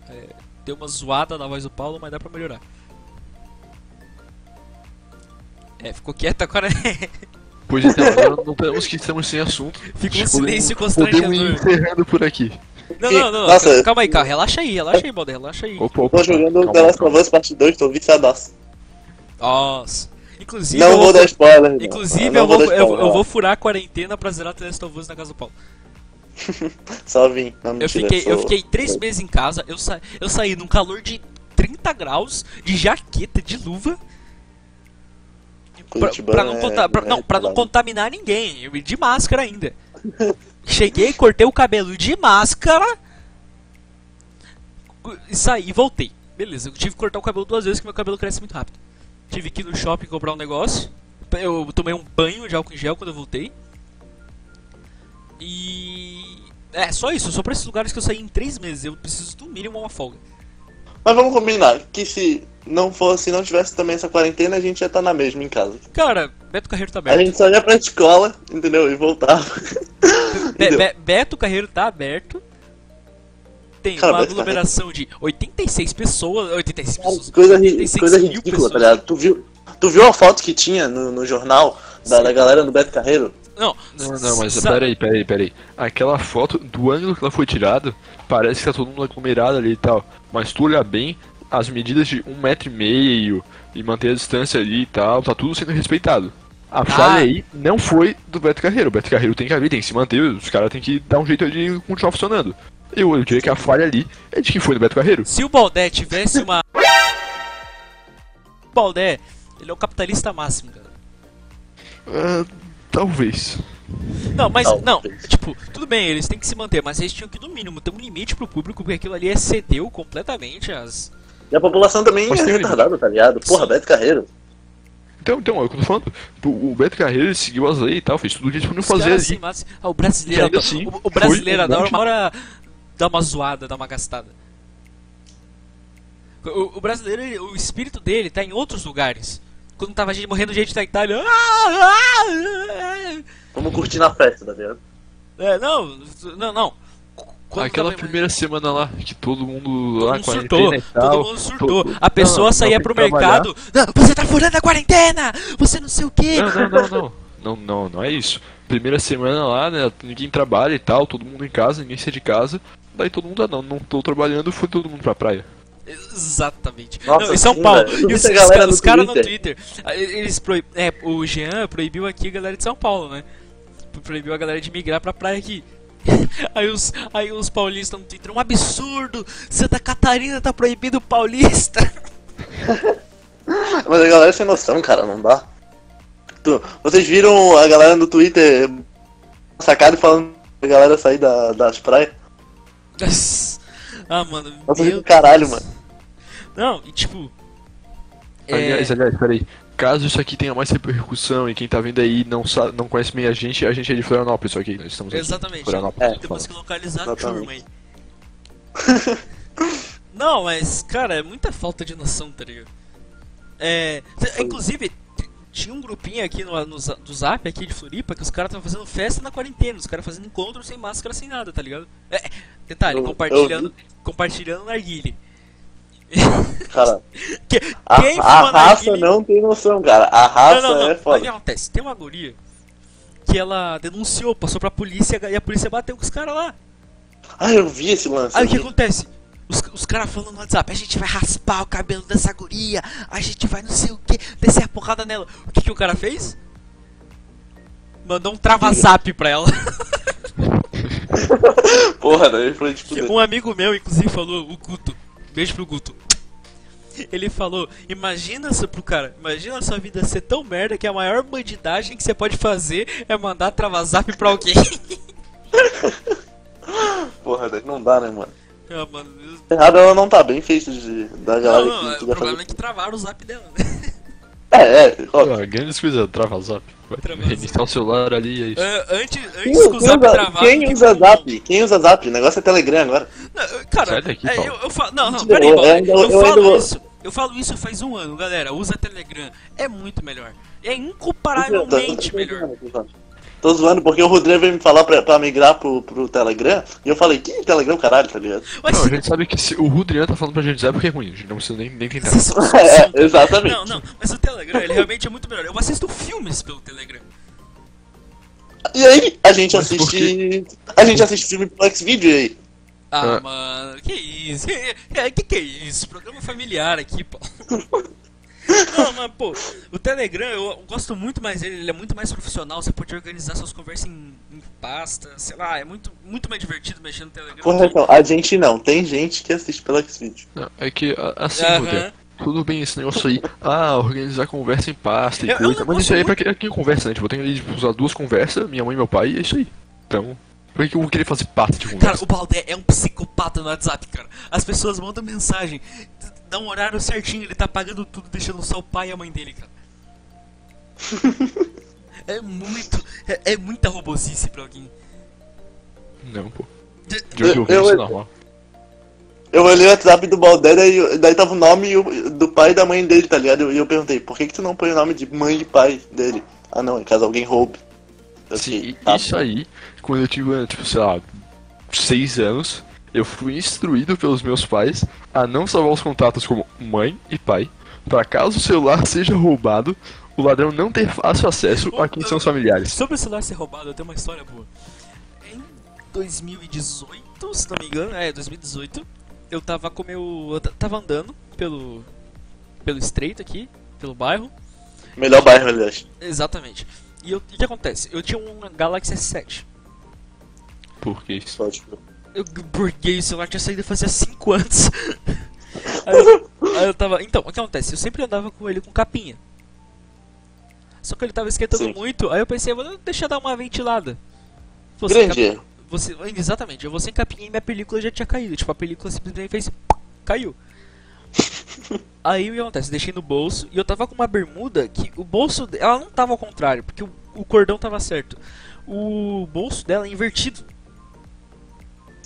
Speaker 1: Deu uma zoada na voz do Paulo, mas dá pra melhorar. É, ficou quieto agora. né?
Speaker 2: Pois então, agora não temos que estamos sem assunto.
Speaker 1: Fica um
Speaker 2: Podemos-
Speaker 1: silêncio
Speaker 2: Podemos ir
Speaker 1: constrangedor.
Speaker 2: encerrando por aqui.
Speaker 1: Não, não, não.
Speaker 3: Nossa.
Speaker 1: calma- Calma aí, calma. Relaxa aí, relaxa aí, Balde, relaxa aí.
Speaker 2: Opa, opa,
Speaker 3: Tô jogando
Speaker 2: calma,
Speaker 3: The Last of
Speaker 2: calma.
Speaker 3: Us Part 2, tô viciadaço.
Speaker 1: Nossa. Inclusive,
Speaker 3: Não
Speaker 1: eu
Speaker 3: vou dar spoiler. não.
Speaker 1: Inclusive,
Speaker 3: Não
Speaker 1: eu vou,
Speaker 3: dar
Speaker 1: eu,
Speaker 3: spoiler,
Speaker 1: eu
Speaker 3: ó.
Speaker 1: vou furar a quarentena pra zerar The Last of Us na casa do Paulo.
Speaker 3: Só vim. Não,
Speaker 1: Eu
Speaker 3: mentira,
Speaker 1: fiquei, eu
Speaker 3: sou-
Speaker 1: fiquei três meses em casa, eu, sa eu saí num calor de 30 graus, de jaqueta, de luva. Pra,
Speaker 3: Curitiba
Speaker 1: pra não,
Speaker 3: é-
Speaker 1: conta- pra-
Speaker 3: é
Speaker 1: não, pra não
Speaker 3: foda.
Speaker 1: contaminar ninguém, eu- de máscara ainda. Cheguei, cortei o cabelo de máscara cu- e saí e voltei. Beleza, eu tive que cortar o cabelo duas vezes porque meu cabelo cresce muito rápido. Tive que ir no shopping comprar um negócio. Eu tomei um banho de álcool em gel quando eu voltei. E. É, só isso, só pra esses lugares que eu saí em três meses. Eu preciso no mínimo uma folga.
Speaker 3: Mas vamos combinar que se não fosse, não tivesse também essa quarentena, a gente ia estar na mesma em casa.
Speaker 1: Cara, Beto Carreiro tá
Speaker 3: A
Speaker 1: aberto.
Speaker 3: gente só ia pra escola, entendeu? E voltava.
Speaker 1: Be-
Speaker 3: Entendeu?
Speaker 1: Be- Beto Carreiro tá aberto. Tem
Speaker 3: Cara,
Speaker 1: uma
Speaker 3: Beto
Speaker 1: aglomeração de 86 pessoas. 86 pessoas.
Speaker 3: Coisa, ri-
Speaker 1: 86
Speaker 3: coisa
Speaker 1: mil
Speaker 3: ridícula, tá
Speaker 1: pessoas.
Speaker 3: ligado? Tu viu, tu viu a foto que tinha no, no jornal da,
Speaker 1: Sim.
Speaker 3: da galera do Beto Carreiro?
Speaker 1: Não,
Speaker 2: Não, não, mas
Speaker 1: sa-
Speaker 2: peraí, peraí, peraí. Aquela foto do ângulo que ela foi tirada, parece que tá todo mundo aglomerado ali e tal. Mas tu olhar bem, as medidas de um metro e meio e manter a distância ali e tal, tá tudo sendo respeitado.
Speaker 1: Ah.
Speaker 2: A falha aí não foi do Beto Carreiro. O Beto Carreiro tem que abrir, tem que se manter, os caras têm que dar um jeito de continuar funcionando. Eu, eu diria que a falha ali é de que foi do Beto Carreiro.
Speaker 1: Se o Baldé tivesse uma. O Baldé, ele é o capitalista máximo, cara.
Speaker 2: Ah, talvez.
Speaker 1: Não, mas
Speaker 3: Não,
Speaker 1: não,
Speaker 3: tem isso.
Speaker 1: tipo, tudo bem, eles têm que se manter, mas eles tinham que no mínimo ter um limite pro público, porque aquilo ali excedeu completamente as.
Speaker 3: E a população também
Speaker 2: Mas
Speaker 3: é
Speaker 2: tem-
Speaker 3: retardada, tá ligado? Porra,
Speaker 1: Sim.
Speaker 3: Beto Carreiro.
Speaker 2: Então, então, é o que eu tô falando. O o Beto Carreiro ele seguiu as leis e tal, fez tudo o que eles podiam
Speaker 1: os
Speaker 2: fazer
Speaker 1: caras
Speaker 2: ali.
Speaker 1: se matam- Ah, o brasileiro,
Speaker 2: E ainda
Speaker 1: adora-
Speaker 2: assim,
Speaker 1: o, o
Speaker 2: foi
Speaker 1: brasileiro
Speaker 2: um
Speaker 1: adora
Speaker 2: monte-
Speaker 1: uma hora dar uma zoada, dar uma gastada. O, o brasileiro, ele- o espírito dele tá em outros lugares. Quando tava a gente morrendo de gente na Itália. "Ah, ah, ah, ah".
Speaker 3: Vamos curtir na festa, tá ligado?
Speaker 1: É, não, não, não. Quando
Speaker 2: Aquela
Speaker 1: tava-
Speaker 2: primeira semana lá, que todo mundo
Speaker 1: Todo
Speaker 2: lá,
Speaker 1: mundo
Speaker 2: quarentena
Speaker 1: surtou,
Speaker 2: e tal.
Speaker 1: todo mundo surtou.
Speaker 2: todo-
Speaker 1: A pessoa
Speaker 2: não,
Speaker 1: saía
Speaker 2: não,
Speaker 1: pro
Speaker 2: tem que trabalhar.
Speaker 1: mercado. Não, você tá furando a quarentena! Você não sei o quê!
Speaker 2: Não, não, não, não. Não, não, não é isso. Primeira semana lá, né? Ninguém trabalha e tal, todo mundo em casa, ninguém sai de casa. Daí todo mundo, ah, não, não tô trabalhando, foi todo mundo pra praia.
Speaker 1: Exatamente.
Speaker 3: Nossa,
Speaker 1: não, em São
Speaker 3: sim,
Speaker 1: Paulo.
Speaker 3: velho.
Speaker 1: E os,
Speaker 3: Muita
Speaker 1: os
Speaker 3: galera
Speaker 1: ca-
Speaker 3: no
Speaker 1: os caras no
Speaker 3: Twitter.
Speaker 1: Twitter. ah, Eles proib... é, o Jean proibiu aqui a galera de São Paulo, né? Proibiu a galera de migrar pra praia aqui. Aí os, aí os paulistas no Twitter, um absurdo! Santa Catarina tá proibindo o paulista!
Speaker 3: Mas a galera sem noção, cara, não dá. Tu- Vocês viram a galera no Twitter sacada e falando pra galera sair da- das praias?
Speaker 1: ah, mano.
Speaker 3: Nossa,
Speaker 1: meu
Speaker 3: do caralho,
Speaker 1: Deus.
Speaker 3: mano.
Speaker 1: Não, e tipo. é,
Speaker 2: Aliás, aliás, peraí. Caso isso aqui tenha mais repercussão e quem tá vendo aí não, sa- não conhece bem a gente, a gente é de Florianópolis, ok? Nós estamos aqui.
Speaker 1: Exatamente.
Speaker 2: Florianópolis,
Speaker 3: É.
Speaker 2: tô falando.
Speaker 1: Temos que localizar a
Speaker 3: Exatamente.
Speaker 1: turma aí. Não, mas, cara, é muita falta de noção, tá ligado? É. t- Inclusive, t- tinha um grupinho aqui no, no za- do Zap, aqui de Floripa, que os caras estavam fazendo festa na quarentena, os caras fazendo encontro sem máscara, sem nada, tá ligado? É, detalhe,
Speaker 3: Eu- eu
Speaker 1: compartilhando, compartilhando narguile.
Speaker 3: Cara,
Speaker 1: Que-
Speaker 3: a,
Speaker 1: quem
Speaker 3: a
Speaker 1: fuma
Speaker 3: raça
Speaker 1: narguile-
Speaker 3: não tem noção, cara. A raça
Speaker 1: não, não, não.
Speaker 3: é
Speaker 1: O que
Speaker 3: foda.
Speaker 1: acontece? Tem uma guria que ela denunciou, passou pra polícia e a polícia bateu com os caras lá.
Speaker 3: Ah, eu vi esse lance.
Speaker 1: Aí o que
Speaker 3: aqui.
Speaker 1: acontece? Os, os caras falando no WhatsApp, a gente vai raspar o cabelo dessa guria, a gente vai não sei o que, descer a porrada nela. O que, que o cara fez? Mandou um trava-zap pra ela.
Speaker 3: Porra, daí tipo, foi de fuder.
Speaker 1: Um amigo meu, inclusive, falou, o Guto. Beijo pro Guto. Ele falou, imagina só pro cara, imagina a sua vida ser tão merda que a maior bandidagem que você pode fazer é mandar trava-zap pra alguém.
Speaker 3: Porra, daí não dá, né, mano?
Speaker 1: ah, mano, eu-
Speaker 3: Errado ela não tá bem feita de, da galera
Speaker 1: não, não,
Speaker 3: que,
Speaker 1: é-
Speaker 3: que
Speaker 1: o
Speaker 3: vai
Speaker 1: problema
Speaker 3: fazer.
Speaker 1: é que travaram o zap dela, né?
Speaker 3: É, é, ó.
Speaker 2: Ah, grandes coisas, trava zap. Vai
Speaker 1: Trava
Speaker 2: reiniciar o celular ali, é isso.
Speaker 1: Ah, antes,
Speaker 3: Quem,
Speaker 1: antes que o
Speaker 3: quem
Speaker 1: zap
Speaker 3: usa,
Speaker 1: travasse.
Speaker 3: quem usa zap? Quem usa zap? O negócio é Telegram agora.
Speaker 1: Não, cara,
Speaker 2: Sai daqui,
Speaker 1: é,
Speaker 2: Paulo.
Speaker 1: eu, eu falo. Não, não,
Speaker 3: Mentira,
Speaker 1: peraí,
Speaker 3: eu
Speaker 1: Paulo.
Speaker 3: ainda-
Speaker 1: Eu,
Speaker 3: eu ainda
Speaker 1: falo
Speaker 3: vou-
Speaker 1: isso. Eu falo isso faz um ano, galera. Usa Telegram. É muito melhor. É incomparavelmente melhor.
Speaker 3: Tô zoando porque o Rodrigo veio me falar pra, pra migrar pro, pro Telegram e eu falei, que Telegram, caralho, tá ligado?
Speaker 1: Mas
Speaker 2: Não, a gente sabe que se o Rudrian tá falando pra gente zap porque é ruim, a gente não precisa nem, nem tentar.
Speaker 1: Vocês são- são-
Speaker 3: É,
Speaker 1: são-
Speaker 3: exatamente.
Speaker 1: Não, não, mas o Telegram ele realmente é muito melhor. Eu assisto filmes pelo Telegram.
Speaker 3: E aí, a gente
Speaker 2: Mas por
Speaker 3: assiste. A gente assiste filme pro Xvideo e aí.
Speaker 1: Ah,
Speaker 2: Ah.
Speaker 1: mano, que isso? Que, que que é isso? Programa familiar aqui, pô. Não, mas pô, o Telegram eu gosto muito mais dele, ele é muito mais profissional, você pode organizar suas conversas em, em pasta, sei lá, é muito, muito mais divertido mexer no Telegram.
Speaker 3: Correção, a gente não. Tem gente que assiste pelo Xvideo.
Speaker 2: Não, é que a- assim,
Speaker 1: Aham.
Speaker 2: Rudrian, tudo bem esse negócio aí. Ah, organizar conversa em pasta e
Speaker 1: É- é um
Speaker 2: coisa. mas isso
Speaker 1: negócio
Speaker 2: aí é pra
Speaker 1: muito-
Speaker 2: quem, é quem conversa, né? Tipo, eu tenho ali, tipo, usar duas conversas, minha mãe e meu pai, e é isso aí. Então, por que que eu vou querer fazer pasta de
Speaker 1: Cara,
Speaker 2: conversa?
Speaker 1: o Baldé é um psicopata no WhatsApp, cara. As pessoas mandam mensagem, d- dá um horário certinho, ele tá pagando tudo, deixando só o pai e a mãe dele, cara. É muito, é, é muita robosice pra alguém.
Speaker 2: Não, pô.
Speaker 1: De-
Speaker 2: De onde eu,
Speaker 3: Eu-
Speaker 2: vi, isso é
Speaker 3: eu-
Speaker 2: normal.
Speaker 3: Eu olhei o WhatsApp do Baldé, daí, daí tava o nome e o- do pai e da mãe dele, tá ligado? E eu, e eu perguntei, por que, que tu não põe o nome de mãe e pai dele? Ah não, em caso alguém roube. Eu
Speaker 2: Assim,
Speaker 3: fiquei,
Speaker 2: e-
Speaker 3: tá
Speaker 2: isso aí, quando eu tinha, tipo, sei lá, seis anos, eu fui instruído pelos meus pais a não salvar os contatos como mãe e pai, pra caso o celular seja roubado, o ladrão não ter fácil acesso a quem são os familiares.
Speaker 1: Sobre o celular ser roubado, eu tenho uma história boa. Em 2018, se não me engano, é 2018, eu tava com meu. Eu ta- tava andando pelo. pelo estreito aqui, pelo bairro.
Speaker 3: Melhor bairro, aliás.
Speaker 1: Exatamente. E eu- e o que acontece? Eu tinha um Galaxy S7.
Speaker 2: Porque isso.
Speaker 3: Só, tipo,
Speaker 1: Eu burguei o celular, tinha saído fazia 5 anos. aí, eu, aí eu tava. Então, o que acontece? Eu sempre andava com ele com capinha. Só que ele tava esquentando
Speaker 3: Sim.
Speaker 1: muito, aí eu pensei, vou deixar dar uma ventilada. Você
Speaker 3: Grande erro.
Speaker 1: você, exatamente, eu você encapinhei e minha película já tinha caído. Tipo, a película simplesmente fez. caiu. Aí o que acontece? Deixei no bolso e eu tava com uma bermuda que o bolso. de- Ela não tava ao contrário, porque o, o cordão tava certo. O bolso dela é invertido.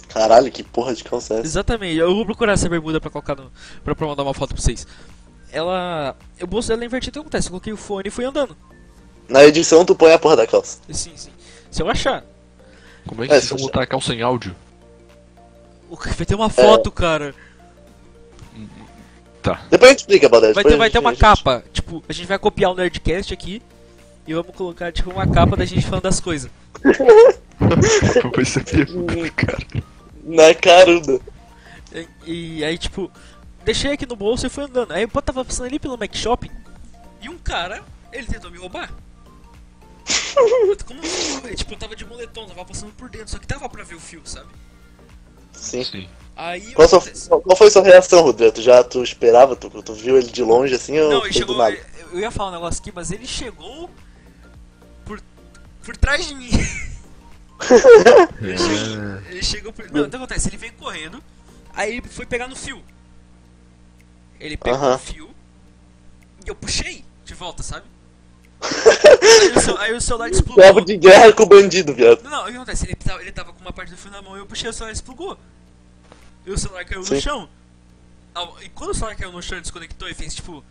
Speaker 3: Caralho, que porra de calça é essa?
Speaker 1: Exatamente. Eu vou procurar essa bermuda pra colocar no. pra, pra mandar uma foto pra vocês. Ela. O bolso dela é invertido, o que acontece? Eu coloquei o fone e fui andando.
Speaker 3: Na edição tu põe a porra da calça.
Speaker 1: Sim, sim. Se eu achar.
Speaker 2: Como é que
Speaker 3: É,
Speaker 2: vocês vão
Speaker 3: se-
Speaker 2: botar a calça em áudio?
Speaker 1: O que- Vai ter uma foto, cara.
Speaker 3: Depois a gente explica, Baldé.
Speaker 1: Vai
Speaker 3: depois
Speaker 1: ter,
Speaker 3: a
Speaker 1: vai
Speaker 3: gente-
Speaker 1: ter uma
Speaker 3: a gente-
Speaker 1: capa. Tipo, a gente vai copiar o Nerdcast aqui e vamos colocar, tipo, uma capa da gente falando das coisas.
Speaker 2: Eu percebi,
Speaker 3: Hum,
Speaker 2: cara.
Speaker 3: Na caruda.
Speaker 1: E, e aí, tipo, deixei aqui no bolso e fui andando. Aí eu tava passando ali pelo Mac Shopping e um cara, ele tentou me roubar. Como assim? Tipo, eu tava de moletom, tava passando por dentro, só que dava pra ver o fio, sabe?
Speaker 3: Sim.
Speaker 2: Sim.
Speaker 1: Aí.
Speaker 3: Qual, sua-
Speaker 1: acontece-
Speaker 3: qual foi sua reação, Rodrigo? Tu já tu esperava? Tu, tu viu ele de longe assim ou
Speaker 1: Não,
Speaker 3: foi
Speaker 1: ele
Speaker 3: do
Speaker 1: chegou.
Speaker 3: nada?
Speaker 1: Eu ia falar um negócio aqui, mas ele chegou por, por trás de mim.
Speaker 2: É.
Speaker 1: Ele chegou. Por... Não, então acontece, ele veio correndo, aí ele foi pegar no fio. Ele pegou
Speaker 3: Aham.
Speaker 1: o fio e eu puxei de volta, sabe? aí, o cel- aí o celular desplugou.
Speaker 3: Cabo de guerra com o bandido, viado.
Speaker 1: Não, não, o que acontece? Ele tava, ele tava com uma parte do fio na mão e eu puxei o celular desplugou. E o celular caiu no
Speaker 3: Sim.
Speaker 1: chão. Ah, E quando o celular caiu no chão, desconectou e fez tipo.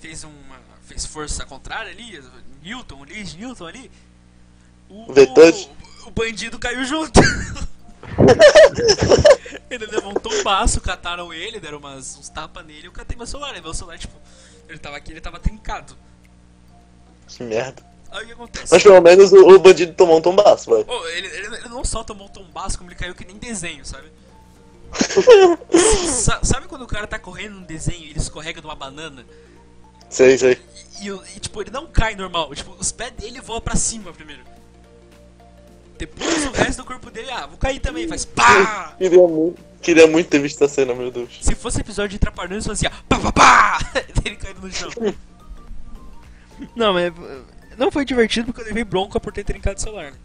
Speaker 1: Fez uma. fez força contrária ali, Newton ali, Newton ali. O,
Speaker 3: Vetante.
Speaker 1: o, o bandido caiu junto. ele levantou um baço, cataram ele, deram umas, uns tapas nele, eu catei meu celular, né? Meu celular, tipo, ele tava aqui, ele tava trincado.
Speaker 3: Que merda.
Speaker 1: Aí o que acontece?
Speaker 3: Mas tipo, pelo menos o, o bandido tomou um tombaço, vai.
Speaker 1: Ô, ele, ele- ele não só tomou um tombaço, como ele caiu que nem desenho, sabe? Sa- sabe quando o cara tá correndo num desenho e ele escorrega numa banana?
Speaker 3: Sei, sei.
Speaker 1: E, o- e, tipo, ele não cai normal. Tipo, os pés dele voam pra cima primeiro. Depois o resto do corpo dele, ah, vou cair também, faz pá!
Speaker 3: Queria muito, queria muito ter visto essa cena, meu Deus.
Speaker 1: Se fosse episódio de Trapalhões, fazia pá pá pá! ele caindo no chão. Não, mas. eh, Não foi divertido porque eu levei bronca por ter trincado o celular, né?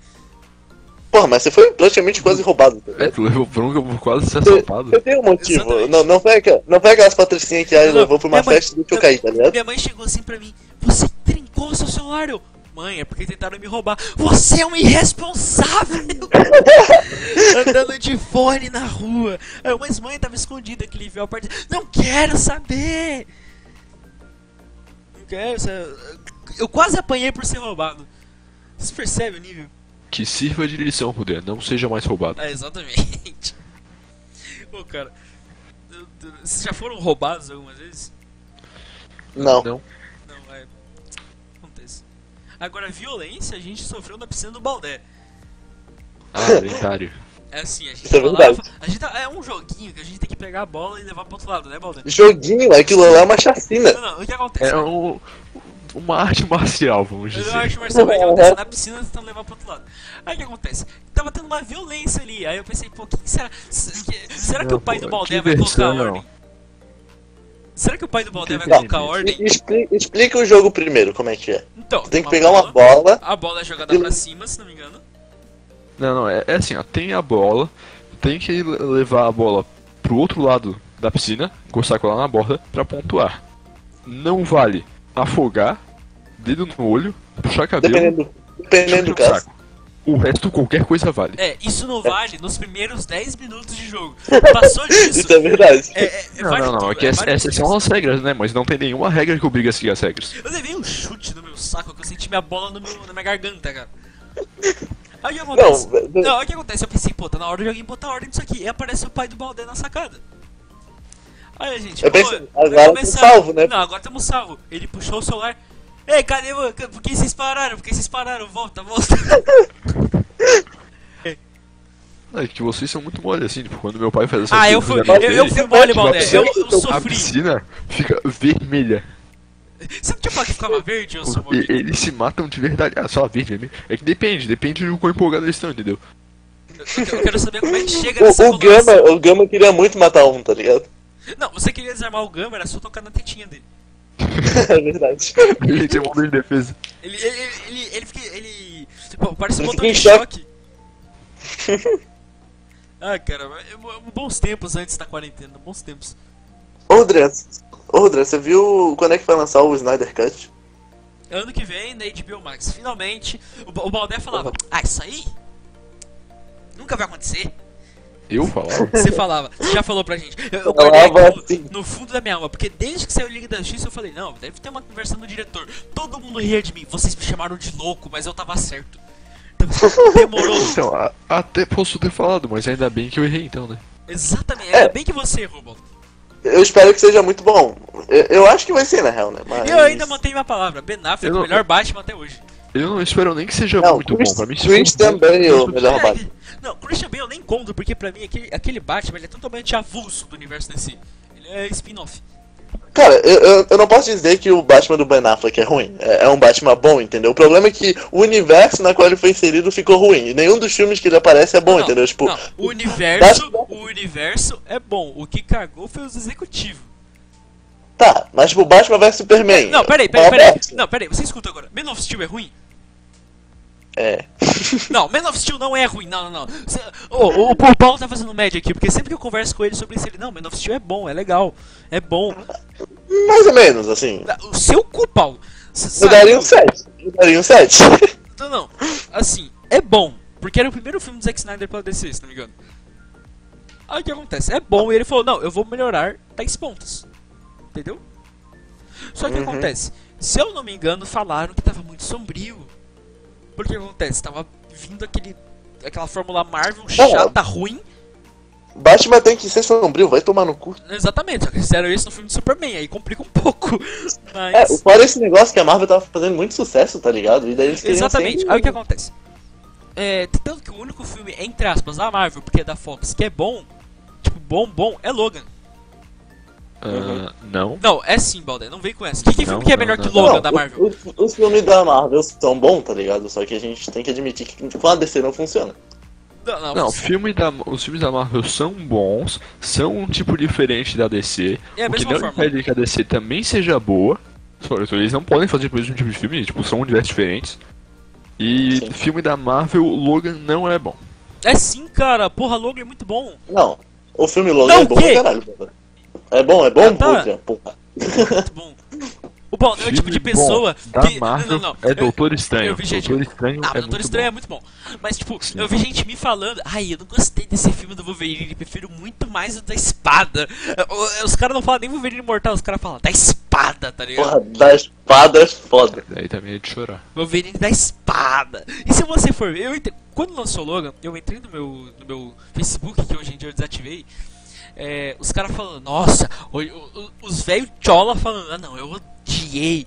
Speaker 3: Porra, mas você foi praticamente quase roubado. tá
Speaker 2: É,
Speaker 3: ligado?
Speaker 2: tu levou bronca por quase ser
Speaker 3: Eu,
Speaker 2: assaltado.
Speaker 3: eu tenho um motivo.
Speaker 1: Exatamente.
Speaker 3: Não, não, foi aquela, não foi aquelas patricinhas que ah,
Speaker 1: Não,
Speaker 3: levou pra uma
Speaker 1: minha mãe-
Speaker 3: festa e deixou
Speaker 1: eu-
Speaker 3: cair, tá ligado?
Speaker 1: Minha mãe chegou assim pra mim: Você trincou seu celular? Eu, mãe, é porque tentaram me roubar. Você é um irresponsável! Andando de fone na rua. Aí, eu, mas mãe tava escondida que ele viu a parte. Não quero saber! Não quero saber. Eu quase apanhei por ser roubado. Vocês percebem o nível?
Speaker 2: Que sirva de lição, Rudê. Não seja mais roubado.
Speaker 1: É, exatamente. Ô, cara. eu- eu- Vocês já foram roubados algumas vezes?
Speaker 3: Não.
Speaker 2: Não.
Speaker 1: Não, é. Acontece. Agora, violência a gente sofreu na piscina do Baldé.
Speaker 2: Ah, lendário.
Speaker 1: É assim, a gente.
Speaker 3: Isso é
Speaker 1: falava-
Speaker 3: verdade.
Speaker 1: a gente tá- é um joguinho que a gente tem que pegar a bola e levar pro outro lado, né, Baldé?
Speaker 3: Joguinho, aquilo lá é uma chacina.
Speaker 1: Não, não, o que acontece?
Speaker 2: É um, uma arte marcial, vamos
Speaker 1: Eu
Speaker 2: dizer.
Speaker 1: acho, Marcelo, o que
Speaker 3: Uhum.
Speaker 1: acontece? Na piscina tentando levar pro outro lado. Aí o que acontece? Tava tendo uma violência ali. Aí eu pensei, pô, o que, que será? S- que- será que o pai do Baldé
Speaker 2: É, Que
Speaker 1: vai colocar a
Speaker 2: versão,
Speaker 1: ordem? Será que o pai do Baldé vai
Speaker 2: Que
Speaker 1: colocar a
Speaker 2: versão.
Speaker 1: ordem?
Speaker 3: E- expli- explica o jogo primeiro, como é que é.
Speaker 1: Então,
Speaker 3: Tem que pegar uma bola.
Speaker 1: A bola é jogada pra cima, se não me engano.
Speaker 2: Não, não, é, é assim, ó, tem a bola, tem que le- levar a bola pro outro lado da piscina, encostar com ela na borda, pra pontuar. Não vale afogar, dedo no olho, puxar cabelo,
Speaker 3: Dependendo, dependendo do
Speaker 2: chute no
Speaker 3: caso.
Speaker 2: saco. O resto, qualquer coisa vale.
Speaker 1: É, isso não vale nos primeiros 10 minutos de jogo. Passou disso.
Speaker 3: Isso é verdade.
Speaker 1: É, é, é,
Speaker 2: Não,
Speaker 1: vale
Speaker 2: não, não,
Speaker 1: tudo,
Speaker 2: é que
Speaker 1: é,
Speaker 2: essa-
Speaker 1: vale
Speaker 2: essas
Speaker 1: tudo.
Speaker 2: são as regras, né? Mas não tem nenhuma regra que obriga a seguir as regras.
Speaker 1: Eu levei um chute no meu saco que eu senti minha bola no meu, na minha garganta, cara. Aí o que acontece?
Speaker 3: Não,
Speaker 1: Não,
Speaker 3: ve-
Speaker 1: aí o que acontece? Eu pensei, pô, tá na hora de alguém botar ordem nisso aqui. E aparece o pai do Baldé na sacada. Aí, gente,
Speaker 3: Eu
Speaker 1: pô,
Speaker 3: pensei,
Speaker 1: vai
Speaker 3: agora tamo
Speaker 1: começar.
Speaker 3: salvo, né?
Speaker 1: Não, agora tamo salvo. Ele puxou o celular. Ei, cadê? o- Por que vocês pararam? Por que vocês pararam? Volta, volta.
Speaker 3: Tipo,
Speaker 2: É que vocês são muito mole, assim, tipo, quando meu pai faz essas
Speaker 1: Ah, eu
Speaker 2: coisas
Speaker 1: fui,
Speaker 2: na
Speaker 1: eu,
Speaker 2: dele,
Speaker 1: eu fui mole,
Speaker 3: Tipo, a
Speaker 1: Baldé. Eu,
Speaker 3: piscina-
Speaker 1: eu
Speaker 2: A
Speaker 1: sofri.
Speaker 2: piscina fica vermelha.
Speaker 1: Você não tinha falado que ficava verde, eu sou
Speaker 2: E-
Speaker 1: bonito?
Speaker 2: eles se matam de verdade. Ah, só verde vermelho. É que depende, depende do quão empolgado eles estão, entendeu?
Speaker 1: Eu quero saber como é que chega nessa
Speaker 3: O, o
Speaker 1: coloração.
Speaker 3: Gama, o Gama queria muito matar um, tá ligado?
Speaker 1: Não, você queria desarmar o Gama, era só tocar na tetinha dele.
Speaker 3: é verdade.
Speaker 2: Ele tem um monte de defesa.
Speaker 1: Ele, ele, ele, ele, ele fica. Ele. Pô, parece um
Speaker 3: Ele
Speaker 1: botão
Speaker 3: fica
Speaker 1: de
Speaker 3: em
Speaker 1: choque. ah, cara, mas- bons tempos antes da quarentena, bons tempos.
Speaker 3: Ô, André, ô, André, você viu quando é que vai lançar o Snyder Cut?
Speaker 1: Ano que vem, na HBO Max, finalmente, o, Ba- o Baldé
Speaker 3: Uhum.
Speaker 1: falava, ah, isso aí nunca vai acontecer.
Speaker 2: Eu falava?
Speaker 1: Você falava, você já falou pra gente. Eu, eu
Speaker 3: Falava
Speaker 1: guardei aquilo
Speaker 3: assim.
Speaker 1: no fundo da minha alma, porque desde que saiu o Liga da Justiça eu falei, não, deve ter uma conversa no diretor. Todo mundo ria de mim, vocês me chamaram de louco, mas eu tava certo. Então, Demorou.
Speaker 2: Então, a- até posso ter falado, mas ainda bem que eu errei então, né?
Speaker 1: Exatamente,
Speaker 3: É.
Speaker 1: ainda bem que você errou, Baldé.
Speaker 3: Eu espero que seja muito bom. Eu, eu acho que vai ser, na real, né? Mas...
Speaker 1: E eu ainda mantenho minha palavra, Ben Affleck,
Speaker 2: Eu não-
Speaker 1: o melhor Batman até hoje.
Speaker 2: Eu não espero nem que seja
Speaker 3: Não,
Speaker 2: muito
Speaker 3: Chris-
Speaker 2: bom. Pra mim, se
Speaker 3: Chris
Speaker 2: for bom,
Speaker 3: também,
Speaker 2: é
Speaker 3: ô,
Speaker 2: suficiente.
Speaker 3: melhor. Não, Batman.
Speaker 1: Não, Christian Bale eu nem conto, porque pra mim aquele, aquele Batman ele é totalmente avulso do universo DC. Ele é spin-off.
Speaker 3: Cara, eu, eu, eu não posso dizer que o Batman do Ben Affleck é ruim. É, é um Batman bom, entendeu? O problema é que o universo na qual ele foi inserido ficou ruim. E nenhum dos filmes que ele aparece é bom,
Speaker 1: Não,
Speaker 3: entendeu? Tipo,
Speaker 1: não, o universo,
Speaker 3: Batman-
Speaker 1: o universo é bom. O que cagou foi os executivos.
Speaker 3: tá, mas tipo, Batman vs Superman.
Speaker 1: Não, peraí,
Speaker 3: Bom
Speaker 1: peraí, peraí.
Speaker 3: Batman.
Speaker 1: Não, peraí, você escuta agora. Men of Steel é ruim?
Speaker 3: É.
Speaker 1: Não, Man of Steel não é ruim, não, não, não. Cê- Ô, o, o Paul Paulo tá fazendo média aqui, porque sempre que eu converso com ele sobre isso, ele, não, Man of Steel é bom, é legal, é bom.
Speaker 3: Mais ou menos, assim.
Speaker 1: O seu cu, Paulo. Cê-
Speaker 3: Eu daria um
Speaker 1: sabe?
Speaker 3: 7. Eu daria um 7.
Speaker 1: Não, não. Assim, é bom. Porque era o primeiro filme do Zack Snyder pela DC, se não me engano. Aí o que acontece? É bom e ele falou, não, eu vou melhorar 10 pontos. Entendeu? Só que o que
Speaker 3: Uhum.
Speaker 1: acontece? Se eu não me engano, falaram que tava muito sombrio. Porque o que acontece? Tava vindo aquele, aquela fórmula Marvel chata, ruim.
Speaker 3: Batman tem que ser sombrio, vai tomar no cu.
Speaker 1: Exatamente, só que fizeram isso no filme do Superman, aí complica um pouco.
Speaker 3: É,
Speaker 1: Mas.
Speaker 3: fora esse negócio que a Marvel tava fazendo muito sucesso, tá ligado? E daí eles
Speaker 2: um
Speaker 3: queriam
Speaker 1: Exatamente.
Speaker 3: sempre-
Speaker 1: Aí o que acontece? É, tanto que o único filme, entre aspas, da Marvel, porque é da Fox, que é bom, tipo, bom, bom, é Logan.
Speaker 2: Ah, não.
Speaker 1: Não, é sim, Balder, não vem com essa. Que, que
Speaker 2: Não,
Speaker 1: filme que é
Speaker 2: não,
Speaker 1: melhor
Speaker 2: não,
Speaker 1: que
Speaker 2: não.
Speaker 1: Logan
Speaker 3: Não,
Speaker 1: da
Speaker 3: o-
Speaker 1: Marvel?
Speaker 3: o- os filmes da Marvel são bons, tá ligado? Só que a gente tem que admitir que com a DC não funciona.
Speaker 1: Não, não,
Speaker 2: Não, o
Speaker 1: mas
Speaker 2: filme da, os filmes da Marvel são bons, são um tipo diferente da DC.
Speaker 1: é a
Speaker 2: o que
Speaker 1: mesma
Speaker 2: não
Speaker 1: forma.
Speaker 2: impede que a DC também seja boa. Só- Eles não podem fazer o mesmo tipo de filme, tipo, são universos diferentes. E
Speaker 3: Sim.
Speaker 2: filme da Marvel, Logan não é bom.
Speaker 1: É sim, cara, porra, Logan é muito bom.
Speaker 3: Não. O filme Logan
Speaker 1: Não,
Speaker 3: é bom
Speaker 1: o quê?
Speaker 3: pra caralho, cara. É bom, é bom,
Speaker 1: Ah, tá.
Speaker 3: puta, porra.
Speaker 1: Muito bom. O Balder é o
Speaker 2: Filme
Speaker 1: tipo de
Speaker 2: bom
Speaker 1: pessoa
Speaker 2: da
Speaker 1: que. não,
Speaker 2: Marvel
Speaker 1: não, não.
Speaker 2: é
Speaker 1: eu-
Speaker 2: Doutor Estranho.
Speaker 1: eu vi gente-
Speaker 2: Doutor
Speaker 1: Ah,
Speaker 2: Estranho é
Speaker 1: mas Doutor
Speaker 2: muito
Speaker 1: Estranho é
Speaker 2: bom.
Speaker 1: muito bom. Mas, tipo,
Speaker 2: Sim.
Speaker 1: eu vi gente me falando, ai, eu não gostei desse filme do Wolverine, prefiro muito mais o da espada. O- Os caras não falam nem Wolverine Mortal, os caras falam da espada, tá ligado?
Speaker 3: Porra, da espada é foda.
Speaker 2: Daí também é de chorar.
Speaker 1: Wolverine da espada. E se você for ver, eu entre... quando lançou o Logan, eu entrei no meu, no meu Facebook, que hoje em dia eu desativei. é, os caras falando, nossa, o- o- os velhos chola falando, ah não, eu odiei.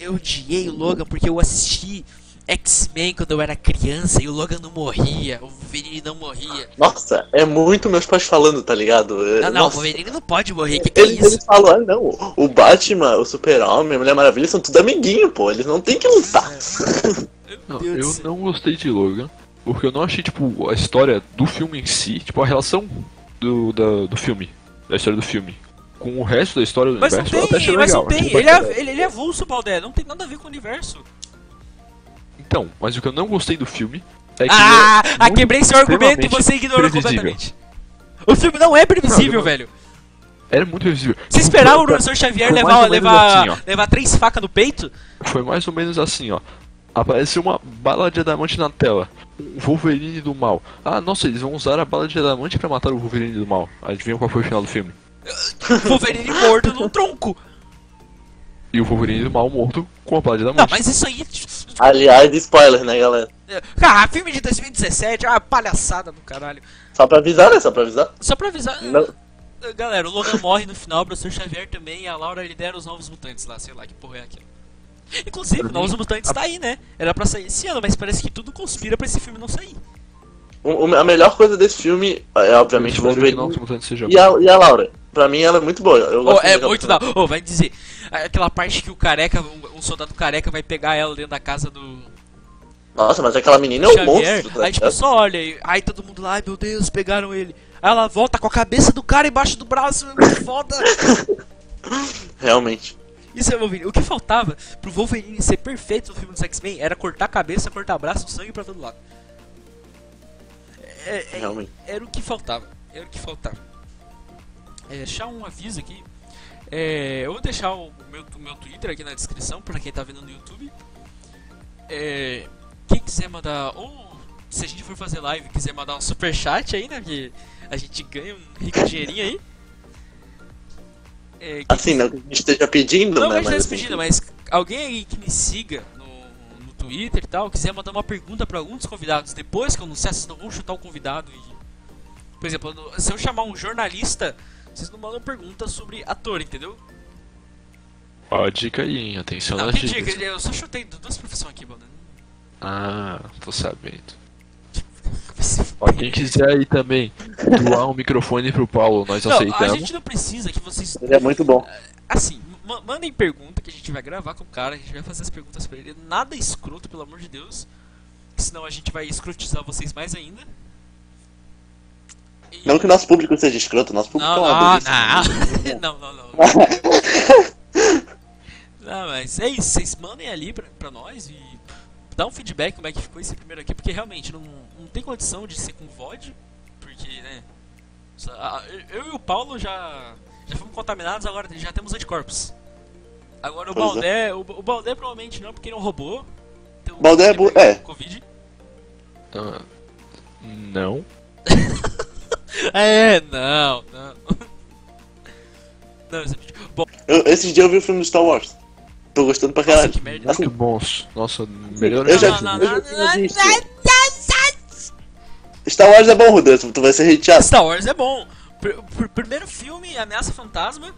Speaker 1: Eu odiei o Logan porque eu assisti X-Men quando eu era criança e o Logan não morria, o Wolverine não morria. "Ah,
Speaker 3: Nossa, é muito meus pais falando, tá ligado? É,
Speaker 1: Não, não, o
Speaker 3: nossa.
Speaker 1: Wolverine não pode morrer, que que é
Speaker 3: Eles,
Speaker 1: isso?
Speaker 3: eles falam, ah não, o Batman, o Super-Homem, a Mulher Maravilha são tudo amiguinho, pô, eles não tem que lutar.
Speaker 1: É.
Speaker 2: Não,
Speaker 1: Deus do
Speaker 2: eu
Speaker 1: céu.
Speaker 2: não gostei de Logan, porque eu não achei, tipo, a história do filme em si, tipo, a relação do, da- do filme, da história do filme, com o resto da história do
Speaker 1: Mas não
Speaker 2: universo, eu até achei
Speaker 1: tem, mas
Speaker 2: legal.
Speaker 1: não tem,
Speaker 2: achei
Speaker 1: ele
Speaker 2: bacana.
Speaker 1: é, ele, ele é avulso, Baldé, não tem nada a ver com o universo.
Speaker 2: Então, mas o que eu não gostei do filme é que...
Speaker 1: Ah,
Speaker 2: ele é
Speaker 1: ah,
Speaker 2: muito
Speaker 1: quebrei seu argumento e
Speaker 2: extremamente
Speaker 1: você ignorou
Speaker 2: previsível.
Speaker 1: completamente. O filme não é
Speaker 2: Não,
Speaker 1: previsível,
Speaker 2: eu-
Speaker 1: velho.
Speaker 2: é, Era muito previsível.
Speaker 1: Você esperava o
Speaker 2: Foi-
Speaker 1: professor Xavier
Speaker 2: foi mais
Speaker 1: levar,
Speaker 2: ou menos
Speaker 1: levar,
Speaker 2: assim, ó.
Speaker 1: levar três facas no peito?
Speaker 2: Foi mais ou menos assim, ó. Apareceu uma bala de adamante na tela. Um Wolverine do mal. Ah, nossa, eles vão usar a bala de adamante pra matar o Wolverine do mal. Adivinha qual foi o final do filme?
Speaker 1: Wolverine morto num tronco.
Speaker 2: E o Wolverine do mal morto com a bala de
Speaker 1: Não,
Speaker 2: adamante.
Speaker 1: mas isso aí. é
Speaker 3: Aliás, spoiler, né, galera?
Speaker 1: Ah, filme de 2017, ah, palhaçada do caralho.
Speaker 3: Só pra avisar, né, só pra avisar.
Speaker 1: Só pra avisar. eh,
Speaker 3: Não.
Speaker 1: Galera, o Logan morre no final, o professor Xavier também e a Laura lidera os novos mutantes lá, sei lá que porra é aquilo. Inclusive, Novos Mutantes tá aí, né? Era pra sair esse ano, mas parece que tudo conspira pra esse filme não sair.
Speaker 3: O- o- a melhor coisa desse filme é,
Speaker 2: Eu
Speaker 3: obviamente, o
Speaker 2: espero que não,
Speaker 3: Wolverine
Speaker 2: os mutantes sejam
Speaker 3: e a, e a Laura. Pra mim, ela é muito boa. Eu
Speaker 1: Oh,
Speaker 3: gosto
Speaker 1: é
Speaker 3: muito
Speaker 1: muito da.
Speaker 3: dela.
Speaker 1: Oh, vai dizer. Aquela parte que o careca, um, um soldado careca vai pegar ela dentro da casa do
Speaker 3: Nossa, mas aquela menina é um
Speaker 1: Xavier.
Speaker 3: monstro. tá
Speaker 1: aí tipo,
Speaker 3: ligado?
Speaker 1: só olha aí. Aí todo mundo lá, ai meu Deus, pegaram ele. Aí ela volta com a cabeça do cara embaixo do braço, é muito foda.
Speaker 3: Realmente.
Speaker 1: Isso é o Wolverine. O que faltava pro Wolverine ser perfeito no filme dos X-Men era cortar a cabeça, cortar braço, sangue pra todo lado. É- é-
Speaker 3: Realmente.
Speaker 1: era o que faltava. Era o que faltava. É, deixar um aviso aqui. É, eu vou deixar o meu, o meu Twitter aqui na descrição pra quem tá vendo no YouTube. É, quem quiser mandar. Ou se a gente for fazer live quiser mandar um super chat aí, né? Que a gente ganha um rico dinheirinho aí. É, quem
Speaker 3: Assim, não que a gente esteja pedindo,
Speaker 1: não,
Speaker 3: né?
Speaker 1: mas tá
Speaker 3: assim,
Speaker 1: despedindo, mas alguém aí que me siga no, no Twitter e tal, quiser mandar uma pergunta pra algum dos convidados depois que eu anunciar, vocês não vão chutar o convidado. e- Por exemplo, eu não- se eu chamar um jornalista, vocês não mandam pergunta sobre ator, entendeu?
Speaker 2: Ó, a dica aí, hein? Atenção
Speaker 1: Não,
Speaker 2: nas
Speaker 1: que
Speaker 2: dicas.
Speaker 1: dica, eu só chutei du- duas profissões aqui, mano.
Speaker 2: Ah, tô sabendo.
Speaker 1: Vai se
Speaker 2: Ó, quem quiser aí também doar um microfone pro Paulo, nós
Speaker 1: Não, a
Speaker 2: aceitamos.
Speaker 1: gente não precisa que vocês.
Speaker 3: Ele é muito bom.
Speaker 1: Assim, ma- mandem pergunta que a gente vai gravar com o cara, a gente vai fazer as perguntas pra ele. Nada escroto, pelo amor de Deus. Senão a gente vai escrotizar vocês mais ainda. E-
Speaker 3: Não que o nosso público seja escroto, nosso público
Speaker 1: não,
Speaker 3: é uma delícia. né?
Speaker 1: não, não, não, não, não. Não, mas é isso, vocês mandem ali pra, pra nós e dá um feedback como é que ficou esse primeiro aqui, porque realmente não, não tem condição de ser com VOD, porque, né, só- a- eu e o Paulo já, já fomos contaminados, agora já temos anticorpos. Agora o
Speaker 3: Pois é.
Speaker 1: Baldé, o, o Baldé provavelmente não, porque ele é um robô. Então,
Speaker 3: Baldé é bu-
Speaker 1: ele pegou
Speaker 3: é.
Speaker 1: Covid.
Speaker 2: Ah, não.
Speaker 1: É, não, não. Não, isso é... Bom,
Speaker 3: Eu- esses dias eu vi o filme do Star Wars. Tô gostando pra
Speaker 1: nossa,
Speaker 3: caralho. Assim,
Speaker 1: que merda.
Speaker 2: Muito bons. Nossa, melhor
Speaker 3: Eu já-
Speaker 2: ainda.
Speaker 1: não, não,
Speaker 3: eu
Speaker 1: não,
Speaker 3: já
Speaker 1: não,
Speaker 3: tinha visto.
Speaker 1: não,
Speaker 3: Star Wars é bom, Rudas, tu vai ser
Speaker 1: não.
Speaker 3: hateado.
Speaker 1: Star Wars é bom. Pr- pr- primeiro filme, Ameaça Fantasma.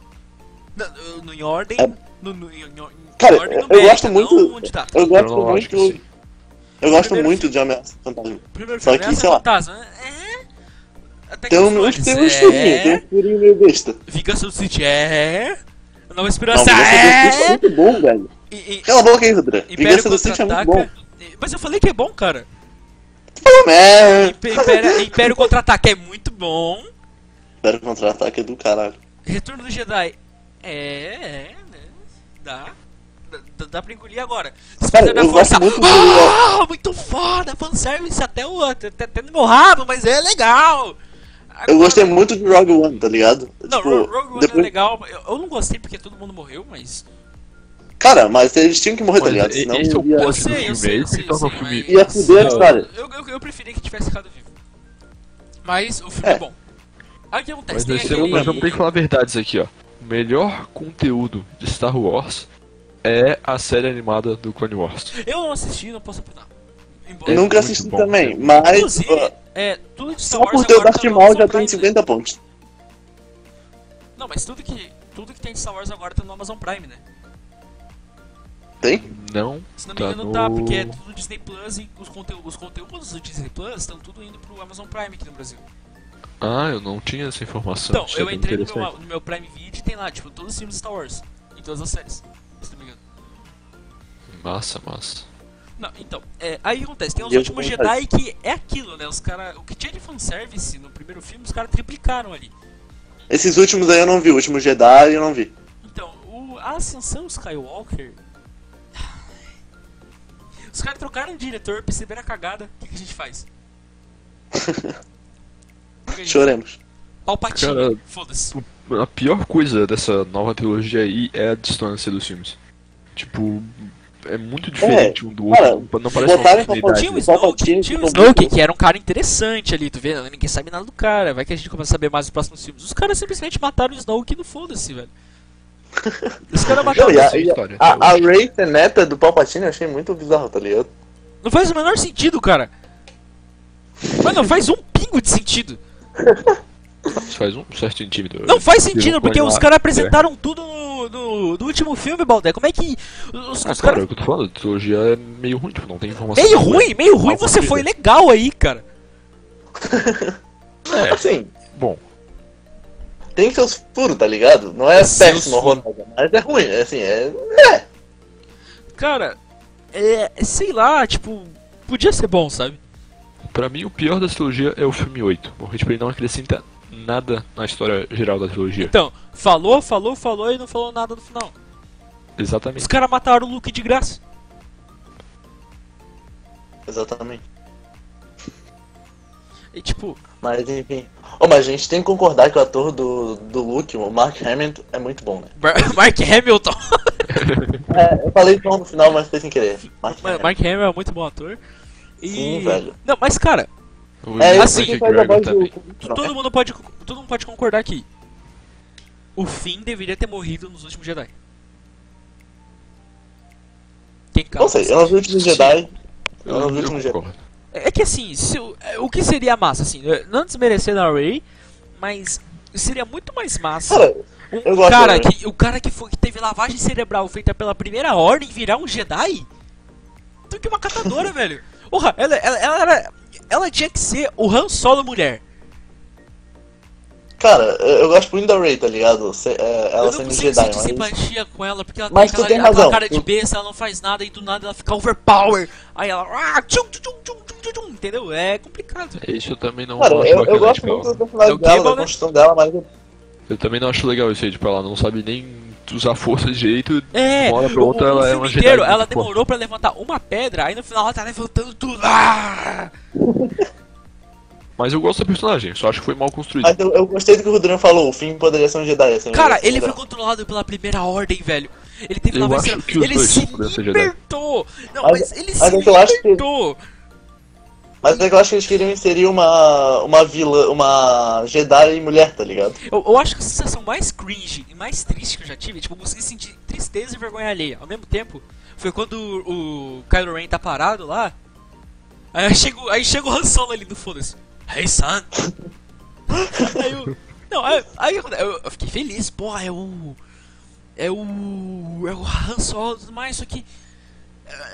Speaker 1: Na- No, em ordem.
Speaker 3: É.
Speaker 1: No, no- em- em- em
Speaker 3: Cara,
Speaker 1: ordem
Speaker 3: eu- eu
Speaker 1: numérica,
Speaker 3: gosto muito-
Speaker 1: não onde tá.
Speaker 3: Eu gosto
Speaker 2: Cronológico,
Speaker 3: muito.
Speaker 2: sim.
Speaker 3: Eu gosto
Speaker 1: Primeiro
Speaker 3: muito de Ameaça Fantasma.
Speaker 1: Primeiro
Speaker 3: só
Speaker 1: filme,
Speaker 3: que,
Speaker 1: Ameaça
Speaker 3: sei lá.
Speaker 1: Fantasma. É. Até que
Speaker 3: Tem
Speaker 1: os
Speaker 3: um
Speaker 1: fãs,
Speaker 3: tem um furinho, tem
Speaker 1: é.
Speaker 3: um furinho meio besta.
Speaker 1: Vingança do Sith é. Nova
Speaker 3: Não,
Speaker 1: Esperança
Speaker 3: Vingança do Sith é
Speaker 1: é.
Speaker 3: muito bom, velho.
Speaker 1: E- e-
Speaker 3: Cala a boca aí, Rudra.
Speaker 1: Império
Speaker 3: Vingança do Sith é muito bom.
Speaker 1: Contra-Ataca. E- Mas eu falei que é bom, cara.
Speaker 3: Pô, merda.
Speaker 1: Imp- Império, Império Contra-Ataque é muito bom.
Speaker 3: Império Contra-Ataque é do caralho.
Speaker 1: Retorno do Jedi. É, é, né? Dá. Dá, dá pra engolir agora.
Speaker 3: Cara,
Speaker 1: Despertar da
Speaker 3: eu
Speaker 1: força.
Speaker 3: gosto muito do...
Speaker 1: Ah, muito foda! Fanservice até o até, até no meu rabo, mas é legal!
Speaker 3: Eu gostei muito de Rogue One, tá ligado?
Speaker 1: Não,
Speaker 3: Tipo,
Speaker 1: Ro- Rogue One é
Speaker 3: depois-
Speaker 1: legal. Eu, eu não gostei porque todo mundo morreu, mas.
Speaker 3: Cara, mas eles tinham que morrer, tá
Speaker 2: Olha,
Speaker 3: ligado?
Speaker 2: e-
Speaker 3: Senão
Speaker 2: esse é o
Speaker 3: ia-
Speaker 2: plot do
Speaker 1: sei, eu
Speaker 2: filme,
Speaker 1: sei, eu
Speaker 2: esse
Speaker 1: sei,
Speaker 2: que
Speaker 1: eu
Speaker 2: torna
Speaker 1: sei,
Speaker 2: o filme.
Speaker 1: mas-
Speaker 3: ia fuder a história.
Speaker 1: Eu, eu, eu preferia que tivesse ficado vivo. Mas o filme é,
Speaker 3: É.
Speaker 1: bom. Aí o que acontece?
Speaker 2: Mas
Speaker 1: Tem
Speaker 2: nós temos-
Speaker 1: aquele-
Speaker 2: nós vamos ter que falar verdades aqui, ó. O melhor conteúdo de Star Wars é a série animada do Clone Wars.
Speaker 1: Eu não assisti, não posso opinar. Embora.
Speaker 2: É muito
Speaker 3: Nunca assisti
Speaker 2: bom.
Speaker 3: também, mas...
Speaker 1: Inclusive,
Speaker 3: ó,
Speaker 1: é, tudo de Star Wars
Speaker 3: tipo, Só por ter o
Speaker 1: agora
Speaker 3: Darth
Speaker 1: tá no
Speaker 3: Maul já
Speaker 1: Amazon
Speaker 3: tem
Speaker 1: Prime, né?
Speaker 3: 50 pontos.
Speaker 1: Não, mas tudo que, tudo que tem de Star Wars agora tá no Amazon Prime, né?
Speaker 3: Tem?
Speaker 2: Não,
Speaker 1: Se não me
Speaker 2: Tá
Speaker 1: engano, tá,
Speaker 2: no-
Speaker 1: porque é tudo Disney Plus e os, conte os conteúdos do Disney Plus estão tudo indo pro Amazon Prime aqui no Brasil.
Speaker 2: ah, eu não tinha essa informação.
Speaker 1: Então,
Speaker 2: Isso é
Speaker 1: eu
Speaker 2: bem
Speaker 1: entrei no
Speaker 2: interessante.
Speaker 1: meu, no meu Prime Video e tem lá, tipo, todos os filmes de Star Wars. E todas as séries, se não me engano.
Speaker 2: Massa, massa.
Speaker 1: Não, então, é, aí o que acontece, tem os
Speaker 3: Eu
Speaker 1: últimos
Speaker 3: vou
Speaker 1: Jedi que é aquilo, né? Os cara, o que tinha de fanservice no primeiro filme, os caras triplicaram ali.
Speaker 3: Esses últimos aí eu não vi, o último Jedi eu não vi.
Speaker 1: Então, o, a Ascensão Skywalker. Os caras trocaram de diretor, perceberam a cagada. O que, que a gente faz?
Speaker 3: Choremos.
Speaker 1: Palpatine,
Speaker 2: Cara-
Speaker 1: foda-se.
Speaker 2: A pior coisa dessa nova trilogia aí é a distância dos filmes. Tipo, é muito diferente um do outro.
Speaker 3: cara,
Speaker 2: não- não parece uma
Speaker 3: botaram em
Speaker 2: continuidade.
Speaker 1: Tinha o
Speaker 3: Palpatine,
Speaker 1: Snoke, tinha o
Speaker 3: Palpatine,
Speaker 1: Snoke, que era um cara interessante ali, tu vê? né? Ninguém sabe nada do cara. Vai que a gente começa a saber mais nos próximos filmes. Os caras simplesmente mataram o Snoke no foda-se, velho. Os caras
Speaker 3: Não,
Speaker 1: mataram.
Speaker 3: e a,
Speaker 2: essa
Speaker 3: e
Speaker 2: história,
Speaker 3: a,
Speaker 2: até
Speaker 3: a Rey ser neta do Palpatine eu achei muito bizarro, tá ligado?
Speaker 1: Não faz o menor sentido, cara. Mas não faz um pingo de sentido.
Speaker 2: Isso faz um certo sentido.
Speaker 1: Não faz
Speaker 2: Eu
Speaker 1: sentido, porque
Speaker 2: vou
Speaker 1: os
Speaker 2: lá. É.
Speaker 1: caras apresentaram tudo no, no- no último filme, Baldé. Como é que. Os,
Speaker 2: Ah,
Speaker 1: os
Speaker 2: cara, é
Speaker 1: caras.
Speaker 2: o que eu tô falando, a trilogia é meio ruim, tipo, não tem informação.
Speaker 1: Meio ruim, meio ruim,
Speaker 2: Ah,
Speaker 1: você
Speaker 2: com
Speaker 1: foi
Speaker 2: certeza.
Speaker 1: legal aí, cara.
Speaker 2: É,
Speaker 3: Assim,
Speaker 2: bom,
Speaker 3: tem seus furos, tá ligado? Não é
Speaker 1: Seus
Speaker 3: péssimo, Ronaldo, mas é ruim, é assim, é...
Speaker 1: Cara, é. Sei lá, tipo. Podia ser bom, sabe?
Speaker 2: pra mim o pior da trilogia é o filme 8, porque tipo, ele não acrescenta nada na história geral da trilogia.
Speaker 1: Então, falou, falou, falou e não falou nada no final. Os
Speaker 2: Exatamente.
Speaker 1: caras mataram o Luke de graça.
Speaker 3: Exatamente.
Speaker 1: E tipo,
Speaker 3: Mas enfim. Ô, mas a gente tem que concordar que o ator do, do Luke, o Mark Hammond, é muito bom, né?
Speaker 1: Bar- Mark tá? Hamilton.
Speaker 3: É, eu falei não no final, mas foi sem querer. Mark
Speaker 1: Mano,
Speaker 3: Hammond.
Speaker 1: Mark Hamill é muito bom ator. E...
Speaker 3: Sim, velho.
Speaker 1: Não, mas cara,
Speaker 2: O
Speaker 3: É,
Speaker 2: Ian
Speaker 1: assim,
Speaker 3: esse que faz a
Speaker 2: McGregor
Speaker 3: voz
Speaker 2: também.
Speaker 3: do... Não,
Speaker 1: todo mundo pode todo mundo pode concordar que o Finn deveria ter morrido nos últimos Jedi. Quem
Speaker 3: não sei, é eu não vi o último Jedi. Eu não vi
Speaker 2: Eu
Speaker 3: o último Jedi.
Speaker 2: concordo.
Speaker 1: É que assim, se o- é, o que seria massa assim, né? não desmerecendo a Rey, mas seria muito mais massa.
Speaker 3: Cara,
Speaker 1: um
Speaker 3: eu gosto
Speaker 1: cara
Speaker 3: da Rey.
Speaker 1: que o cara que foi que teve lavagem cerebral feita pela primeira ordem virar um Jedi do que uma catadora, velho. Porra, ela, ela, ela era ela tinha que ser o Han Solo mulher.
Speaker 3: cara, eu eu gosto muito da Rey, tá ligado? Se- é, ela
Speaker 1: eu não
Speaker 3: sendo
Speaker 1: consigo
Speaker 3: Jedi,
Speaker 1: sentir
Speaker 3: mas.
Speaker 1: simpatia com ela, porque ela
Speaker 3: Mas tu
Speaker 1: tem
Speaker 3: tem
Speaker 1: aquela, aquela
Speaker 3: razão.
Speaker 1: cara de
Speaker 3: Tu-
Speaker 1: besta, ela não faz nada e do nada ela fica overpower. Aí ela. Ah, tchum, tchum, tchum, tchum, tchum, tchum, entendeu? É complicado.
Speaker 2: Isso eu também não
Speaker 3: Cara,
Speaker 2: acho
Speaker 3: eu,
Speaker 2: bacana,
Speaker 3: eu gosto
Speaker 2: tipo, ela-
Speaker 3: muito do personagem
Speaker 1: É o
Speaker 3: dela,
Speaker 1: Cable,
Speaker 3: da
Speaker 1: né?
Speaker 3: construção dela, mas
Speaker 2: Eu também não acho legal isso aí, tipo, ela não sabe nem usar força de jeito,
Speaker 1: É,
Speaker 2: uma hora pra outra
Speaker 1: o, o
Speaker 2: ela é
Speaker 1: filme
Speaker 2: uma Jedi.
Speaker 1: inteiro,
Speaker 2: muito
Speaker 1: ela
Speaker 2: boa.
Speaker 1: demorou pra levantar uma pedra, aí no final ela tá levantando tudo. Ah!
Speaker 2: Mas eu gosto da personagem, só acho que foi mal construída.
Speaker 3: Mas eu, eu gostei do que o Rodrigo falou, o Finn poderia ser um Jedi, assim.
Speaker 1: Cara,
Speaker 3: assim,
Speaker 1: ele foi
Speaker 3: legal.
Speaker 1: controlado pela primeira ordem, velho. Ele teve
Speaker 2: Eu
Speaker 1: lá
Speaker 2: acho que os
Speaker 1: Ele
Speaker 2: dois
Speaker 1: se
Speaker 2: poderiam ser Jedi.
Speaker 1: libertou! Não,
Speaker 3: Mas-
Speaker 1: mas ele
Speaker 3: mas
Speaker 1: se
Speaker 3: é que eu acho que-
Speaker 1: libertou!
Speaker 3: Mas é que eu acho que eles queriam inserir uma. uma vilã. uma Jedi mulher, tá ligado?
Speaker 1: Eu, eu acho que a sensação mais cringe e mais triste que eu já tive, tipo, eu consegui sentir tristeza e vergonha alheia ao mesmo tempo, foi quando o, o Kylo Ren tá parado lá. Aí chega, o- aí chega o Han Solo ali do foda-se. Hey, son! aí eu. Não, aí, aí eu, eu- eu fiquei feliz, porra, é o. É o. É o Han Solo e tudo mais, só que.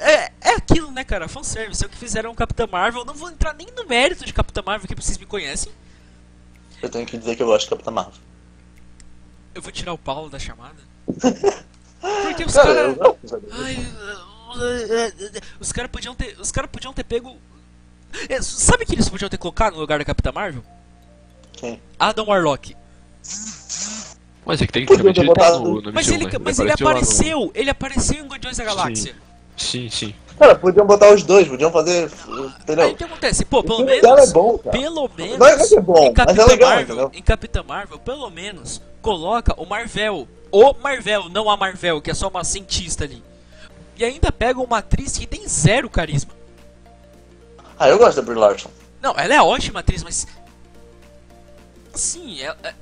Speaker 1: É, é aquilo, né, cara? Fanservice. É o que fizeram com Capitã Marvel. Eu não vou entrar nem no mérito de Capitã Marvel, que vocês me conhecem.
Speaker 3: Eu tenho que dizer que eu gosto de Capitã Marvel.
Speaker 1: Eu vou tirar o Paulo da chamada. Porque os
Speaker 3: Cara, eu
Speaker 1: caras.
Speaker 3: gosto. sabe?
Speaker 1: Os caras podiam ter. Os caras podiam ter pego. É, Sabe que eles podiam ter colocado no lugar da Capitã Marvel?
Speaker 3: Quem?
Speaker 1: Adam Warlock.
Speaker 2: Mas é que tecnicamente
Speaker 3: Podia
Speaker 2: ele tá
Speaker 3: botar-
Speaker 2: no, no
Speaker 1: Mas
Speaker 2: MCU,
Speaker 1: ele,
Speaker 2: né?
Speaker 1: mas ele
Speaker 2: lá no-
Speaker 1: apareceu, ele apareceu em Guardiões da Galáxia.
Speaker 2: Sim, sim.
Speaker 3: Cara, podiam botar os dois, podiam fazer.
Speaker 1: Aí
Speaker 3: Entendeu?
Speaker 1: o que acontece? Pô,
Speaker 3: o
Speaker 1: pelo
Speaker 3: filme dela é
Speaker 1: menos.
Speaker 3: bom, cara.
Speaker 1: Pelo menos.
Speaker 3: Não é que é bom,
Speaker 1: em Capitã
Speaker 3: mas é legal,
Speaker 1: Marvel,
Speaker 3: entendeu?
Speaker 1: em Capitã Marvel, pelo menos, coloca o Marvel. O Marvel, não a Marvel, que é só uma cientista ali. E ainda pega uma atriz que tem zero carisma.
Speaker 3: Ah, eu gosto da Brie Larson.
Speaker 1: Não, ela é ótima atriz, mas. Sim, ela. é-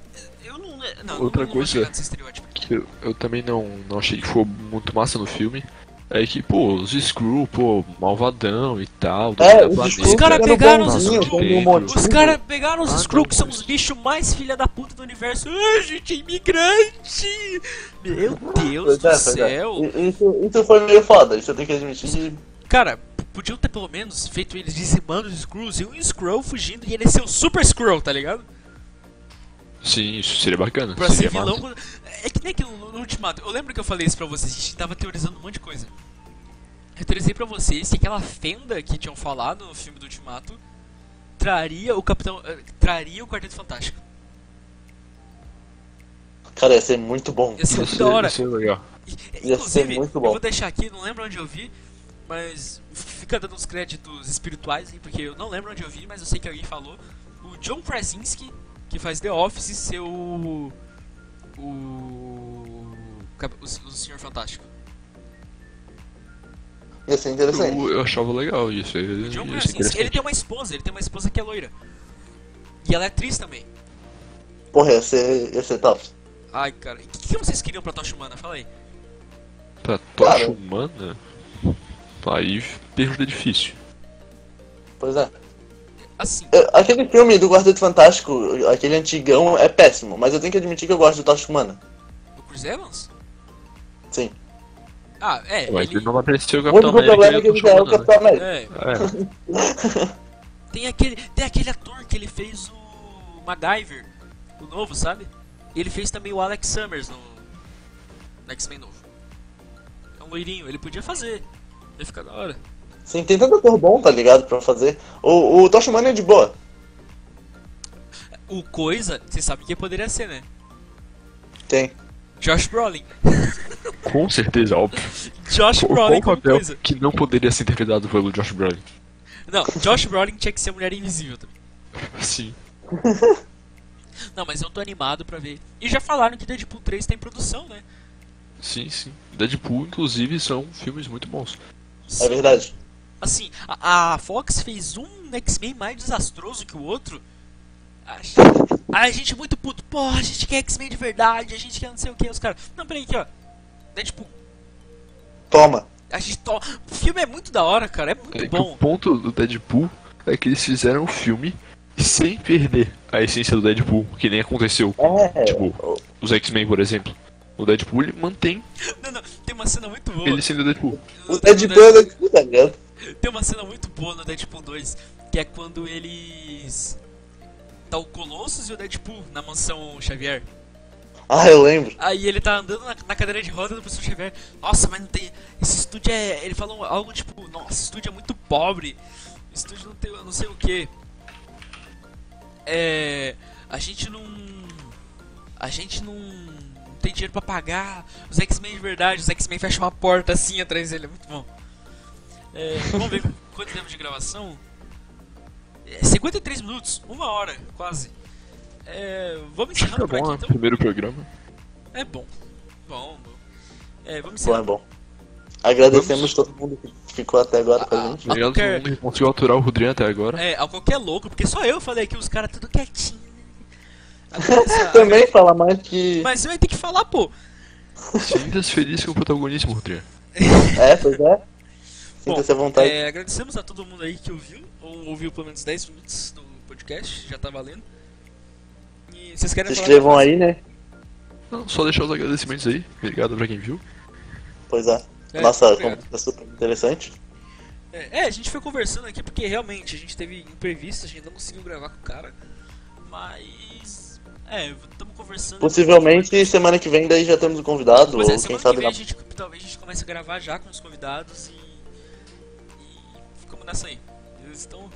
Speaker 1: Eu não. não
Speaker 2: Outra
Speaker 1: não, não vou
Speaker 2: coisa- é
Speaker 1: chegar nesse estereótipo.
Speaker 2: Que Eu, eu também não, não achei que foi muito massa no filme. É que, pô, os Screw, pô, malvadão e tal, do
Speaker 3: É,
Speaker 2: da
Speaker 3: os
Speaker 2: planeta.
Speaker 1: Os
Speaker 3: discursos
Speaker 1: cara
Speaker 3: eram
Speaker 1: pegaram os
Speaker 3: bonzinhos,
Speaker 1: discursos.
Speaker 3: como um monte.
Speaker 1: Os caras pegaram os
Speaker 2: Ah,
Speaker 1: Skrull,
Speaker 2: não,
Speaker 1: que são
Speaker 2: mas-
Speaker 1: os bichos mais filha da puta do universo. Ah, gente, é imigrante! Meu Deus
Speaker 3: Pois é,
Speaker 1: do
Speaker 3: pois é.
Speaker 1: céu!
Speaker 3: I- Isso, isso foi meio foda, isso eu tenho que admitir.
Speaker 1: Cara, p- podiam ter pelo menos feito eles dizimando os Skrulls e um Skrull fugindo e ele ser o Super Skrull, tá ligado?
Speaker 2: Sim, isso seria bacana.
Speaker 1: Pra ser
Speaker 2: seria
Speaker 1: vilão.
Speaker 2: massa.
Speaker 1: quando- É que nem aquilo no no Ultimato. Eu lembro que eu falei isso pra vocês, a gente tava teorizando um monte de coisa. Eu teorizei pra vocês que aquela fenda que tinham falado no filme do Ultimato traria o Capitão. eh, traria o Quarteto Fantástico.
Speaker 3: Cara, ia ser muito bom.
Speaker 1: Ia ser
Speaker 2: Ia
Speaker 1: muito
Speaker 2: ser,
Speaker 1: é da hora.
Speaker 2: ia ser legal.
Speaker 1: E-
Speaker 3: ser
Speaker 1: Inclusive,
Speaker 3: muito
Speaker 1: eu
Speaker 3: bom.
Speaker 1: vou deixar aqui, não lembro onde eu vi, mas fica dando uns créditos espirituais, hein, porque eu não lembro onde eu vi, mas eu sei que alguém falou. O John Krasinski, que faz The Office, ser o. O. Cap- O, o Senhor Fantástico.
Speaker 3: Ia ser interessante.
Speaker 2: Eu, eu achava legal isso. Ele,
Speaker 1: O John
Speaker 2: ele,
Speaker 1: Krasinski, ele tem uma esposa, ele tem uma esposa que é loira. E ela é atriz também.
Speaker 3: Porra, ia ser, ia ser top.
Speaker 1: Ai, cara, e o que, que vocês queriam pra Tocha Humana? Fala aí.
Speaker 2: Pra tocha
Speaker 3: Cara.
Speaker 2: humana, aí pergunta é difícil.
Speaker 3: Pois é.
Speaker 1: Assim,
Speaker 3: Eu- Aquele filme do Quarteto Fantástico, aquele antigão, é péssimo, mas eu tenho que admitir que eu gosto do Tocha Humana.
Speaker 1: o Chris Evans?
Speaker 3: Sim.
Speaker 1: Ah, é,
Speaker 2: Mas ele
Speaker 1: ele...
Speaker 2: não apareceu o
Speaker 3: O único
Speaker 2: Capitão América.
Speaker 3: problema é
Speaker 2: e
Speaker 3: que
Speaker 2: a
Speaker 3: ele
Speaker 2: Tocha
Speaker 3: já é o
Speaker 2: Humana, né?
Speaker 3: Capitão América.
Speaker 1: é.
Speaker 2: É,
Speaker 1: Tem aquele, tem aquele ator que ele fez o MacGyver, o novo, sabe? E ele fez também o Alex Summers no, no X-Men novo. É um loirinho, ele podia fazer. Ia ficar da hora.
Speaker 3: Sim, tem tanta cor bom, tá ligado? Pra fazer. O, o Tocha Humana é de boa.
Speaker 1: O Coisa, vocês sabem quem poderia ser, né?
Speaker 3: Tem.
Speaker 1: Josh Brolin.
Speaker 2: É, Com certeza, óbvio.
Speaker 1: Josh
Speaker 2: Qual-
Speaker 1: Brolin,
Speaker 2: Qual
Speaker 1: qualquer
Speaker 2: papel
Speaker 1: coisa.
Speaker 2: que não poderia ser interpretado pelo Josh Brolin?
Speaker 1: Não, Josh Brolin tinha que ser a Mulher Invisível também.
Speaker 2: Sim.
Speaker 1: Não, mas eu tô animado pra ver. E já falaram que Deadpool 3 tá em produção, né?
Speaker 2: Sim, sim. Deadpool, inclusive, são filmes muito bons.
Speaker 3: É verdade.
Speaker 1: Assim, a, a Fox fez um X-Men mais desastroso que o outro. A, ge- a gente é muito puto. Pô, a gente quer X-Men de verdade, a gente quer não sei o que. Os caras. Não, peraí aqui, ó. Deadpool.
Speaker 3: Toma.
Speaker 1: A gente to... O filme é muito da hora, cara. É muito
Speaker 2: É que o
Speaker 1: bom.
Speaker 2: ponto do Deadpool é que eles fizeram um filme sem perder a essência do Deadpool, que nem aconteceu com
Speaker 3: É.
Speaker 2: Tipo, os X-Men, por exemplo. O Deadpool ele mantém
Speaker 1: Não, não. Tem uma cena muito boa.
Speaker 2: ele sendo Deadpool.
Speaker 3: O Deadpool é Deadpool, tá ligado?
Speaker 1: Tem uma cena muito boa no Deadpool 2, que é quando eles. Tá o Colossus e o Deadpool na mansão Xavier.
Speaker 3: Ah, eu lembro.
Speaker 1: Aí ele tá andando na, na cadeira de roda do professor Xavier. Nossa, mas não tem. Esse estúdio é. Ele falou algo tipo: Nossa, esse estúdio é muito pobre. Esse estúdio não tem. não sei o que. É. A gente não. A gente não. não tem dinheiro pra pagar. Os X-Men de verdade. Os X-Men fecham uma porta assim atrás dele. É muito bom. É, vamos ver quanto tempo de gravação? É, 53 minutos. Uma hora, quase. É, vamos
Speaker 2: Tá
Speaker 1: encerrando por
Speaker 2: bom,
Speaker 1: aqui
Speaker 2: né?
Speaker 1: então.
Speaker 2: Primeiro programa.
Speaker 1: É bom. Bom, bom. É, vamos
Speaker 3: Bom, é
Speaker 1: encerrar.
Speaker 3: bom. Agradecemos todo mundo que ficou até agora com a gente.
Speaker 1: Ah,
Speaker 2: Obrigado a
Speaker 1: quer-
Speaker 2: todo mundo que conseguiu aturar o Rodrigo até agora.
Speaker 1: É, a qualquer louco, porque só eu falei que os caras tudo quietinho. né? Agradeço-
Speaker 3: Também fala mais que.
Speaker 1: Mas eu ia ter que falar, pô. É.
Speaker 2: Sinta-se feliz com o protagonismo, Rodrigo.
Speaker 3: É, pois é.
Speaker 1: Bom,
Speaker 3: Sinta-se à vontade.
Speaker 1: é, agradecemos a todo mundo aí que ouviu, ou ouviu pelo menos 10 minutos do podcast, já tá valendo. E vocês querem
Speaker 3: Se
Speaker 1: falar
Speaker 3: inscrevam
Speaker 1: alguma
Speaker 3: aí, né?
Speaker 2: Não, só deixar os agradecimentos aí. Obrigado pra quem viu.
Speaker 3: Pois é.
Speaker 1: coisa? É,
Speaker 3: Nossa,
Speaker 1: obrigado.
Speaker 3: conversa super interessante.
Speaker 1: É, é, a gente foi conversando aqui porque realmente a gente teve imprevisto, a gente não conseguiu gravar com o cara. Mas. É, estamos conversando.
Speaker 3: Possivelmente semana que vem daí já temos um convidado,
Speaker 1: Pois é,
Speaker 3: ou quem
Speaker 1: semana que
Speaker 3: sabe
Speaker 1: vem
Speaker 3: na.
Speaker 1: a gente, talvez a gente comece a gravar já com os convidados e. e ficamos nessa aí. Eles estão.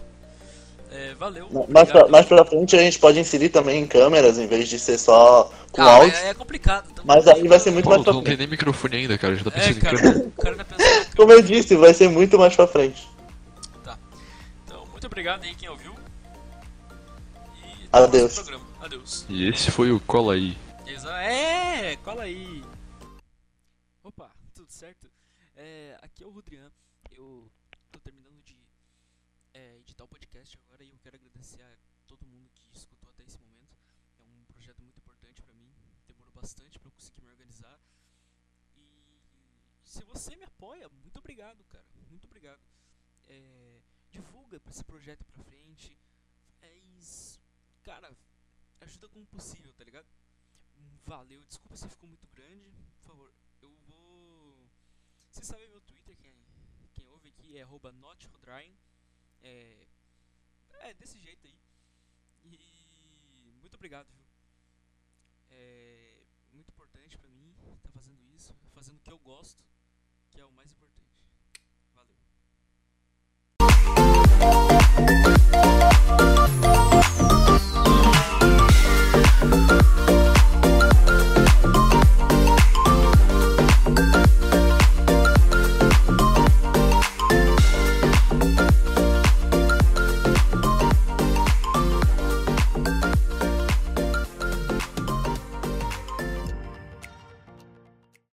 Speaker 1: É, valeu.
Speaker 3: Mais
Speaker 1: obrigado.
Speaker 3: pra, mais pra frente a gente pode inserir também em câmeras em vez de ser só com
Speaker 1: Ah,
Speaker 3: áudio.
Speaker 1: é, é complicado. então-
Speaker 3: Mas aí vai ser muito
Speaker 2: Paulo,
Speaker 3: mais
Speaker 2: tu
Speaker 3: pra
Speaker 2: não tem
Speaker 3: frente.
Speaker 2: nem microfone ainda, cara. Já tá
Speaker 1: É,
Speaker 2: pensando em câmera.
Speaker 1: cara, o cara tá pensando. em
Speaker 3: Como eu disse, vai ser muito mais pra frente.
Speaker 1: câmera. Então, muito obrigado aí quem ouviu. E até o
Speaker 3: Adeus.
Speaker 1: próximo programa. Adeus.
Speaker 2: E esse foi o Cola aí.
Speaker 1: Exa- É, cola aí. Opa, tudo certo? É, aqui é o Rodrian. Eu tô terminando de é, editar o podcast agora e eu quero agradecer a todo mundo que escutou até esse momento. É um projeto muito importante pra mim. Demorou bastante pra eu conseguir me organizar. E se você me apoia, muito obrigado, cara. Muito obrigado. É, divulga pra esse projeto pra frente. Mas, cara, ajuda como possível, tá ligado? Valeu, desculpa se ficou muito grande. Por favor, eu vou. Vocês sabem meu Twitter, quem, quem ouve aqui é arroba notrodrine. É, é desse jeito aí. E muito obrigado, viu? tá É muito importante pra mim estar fazendo isso, fazendo o que eu gosto, que é o mais importante.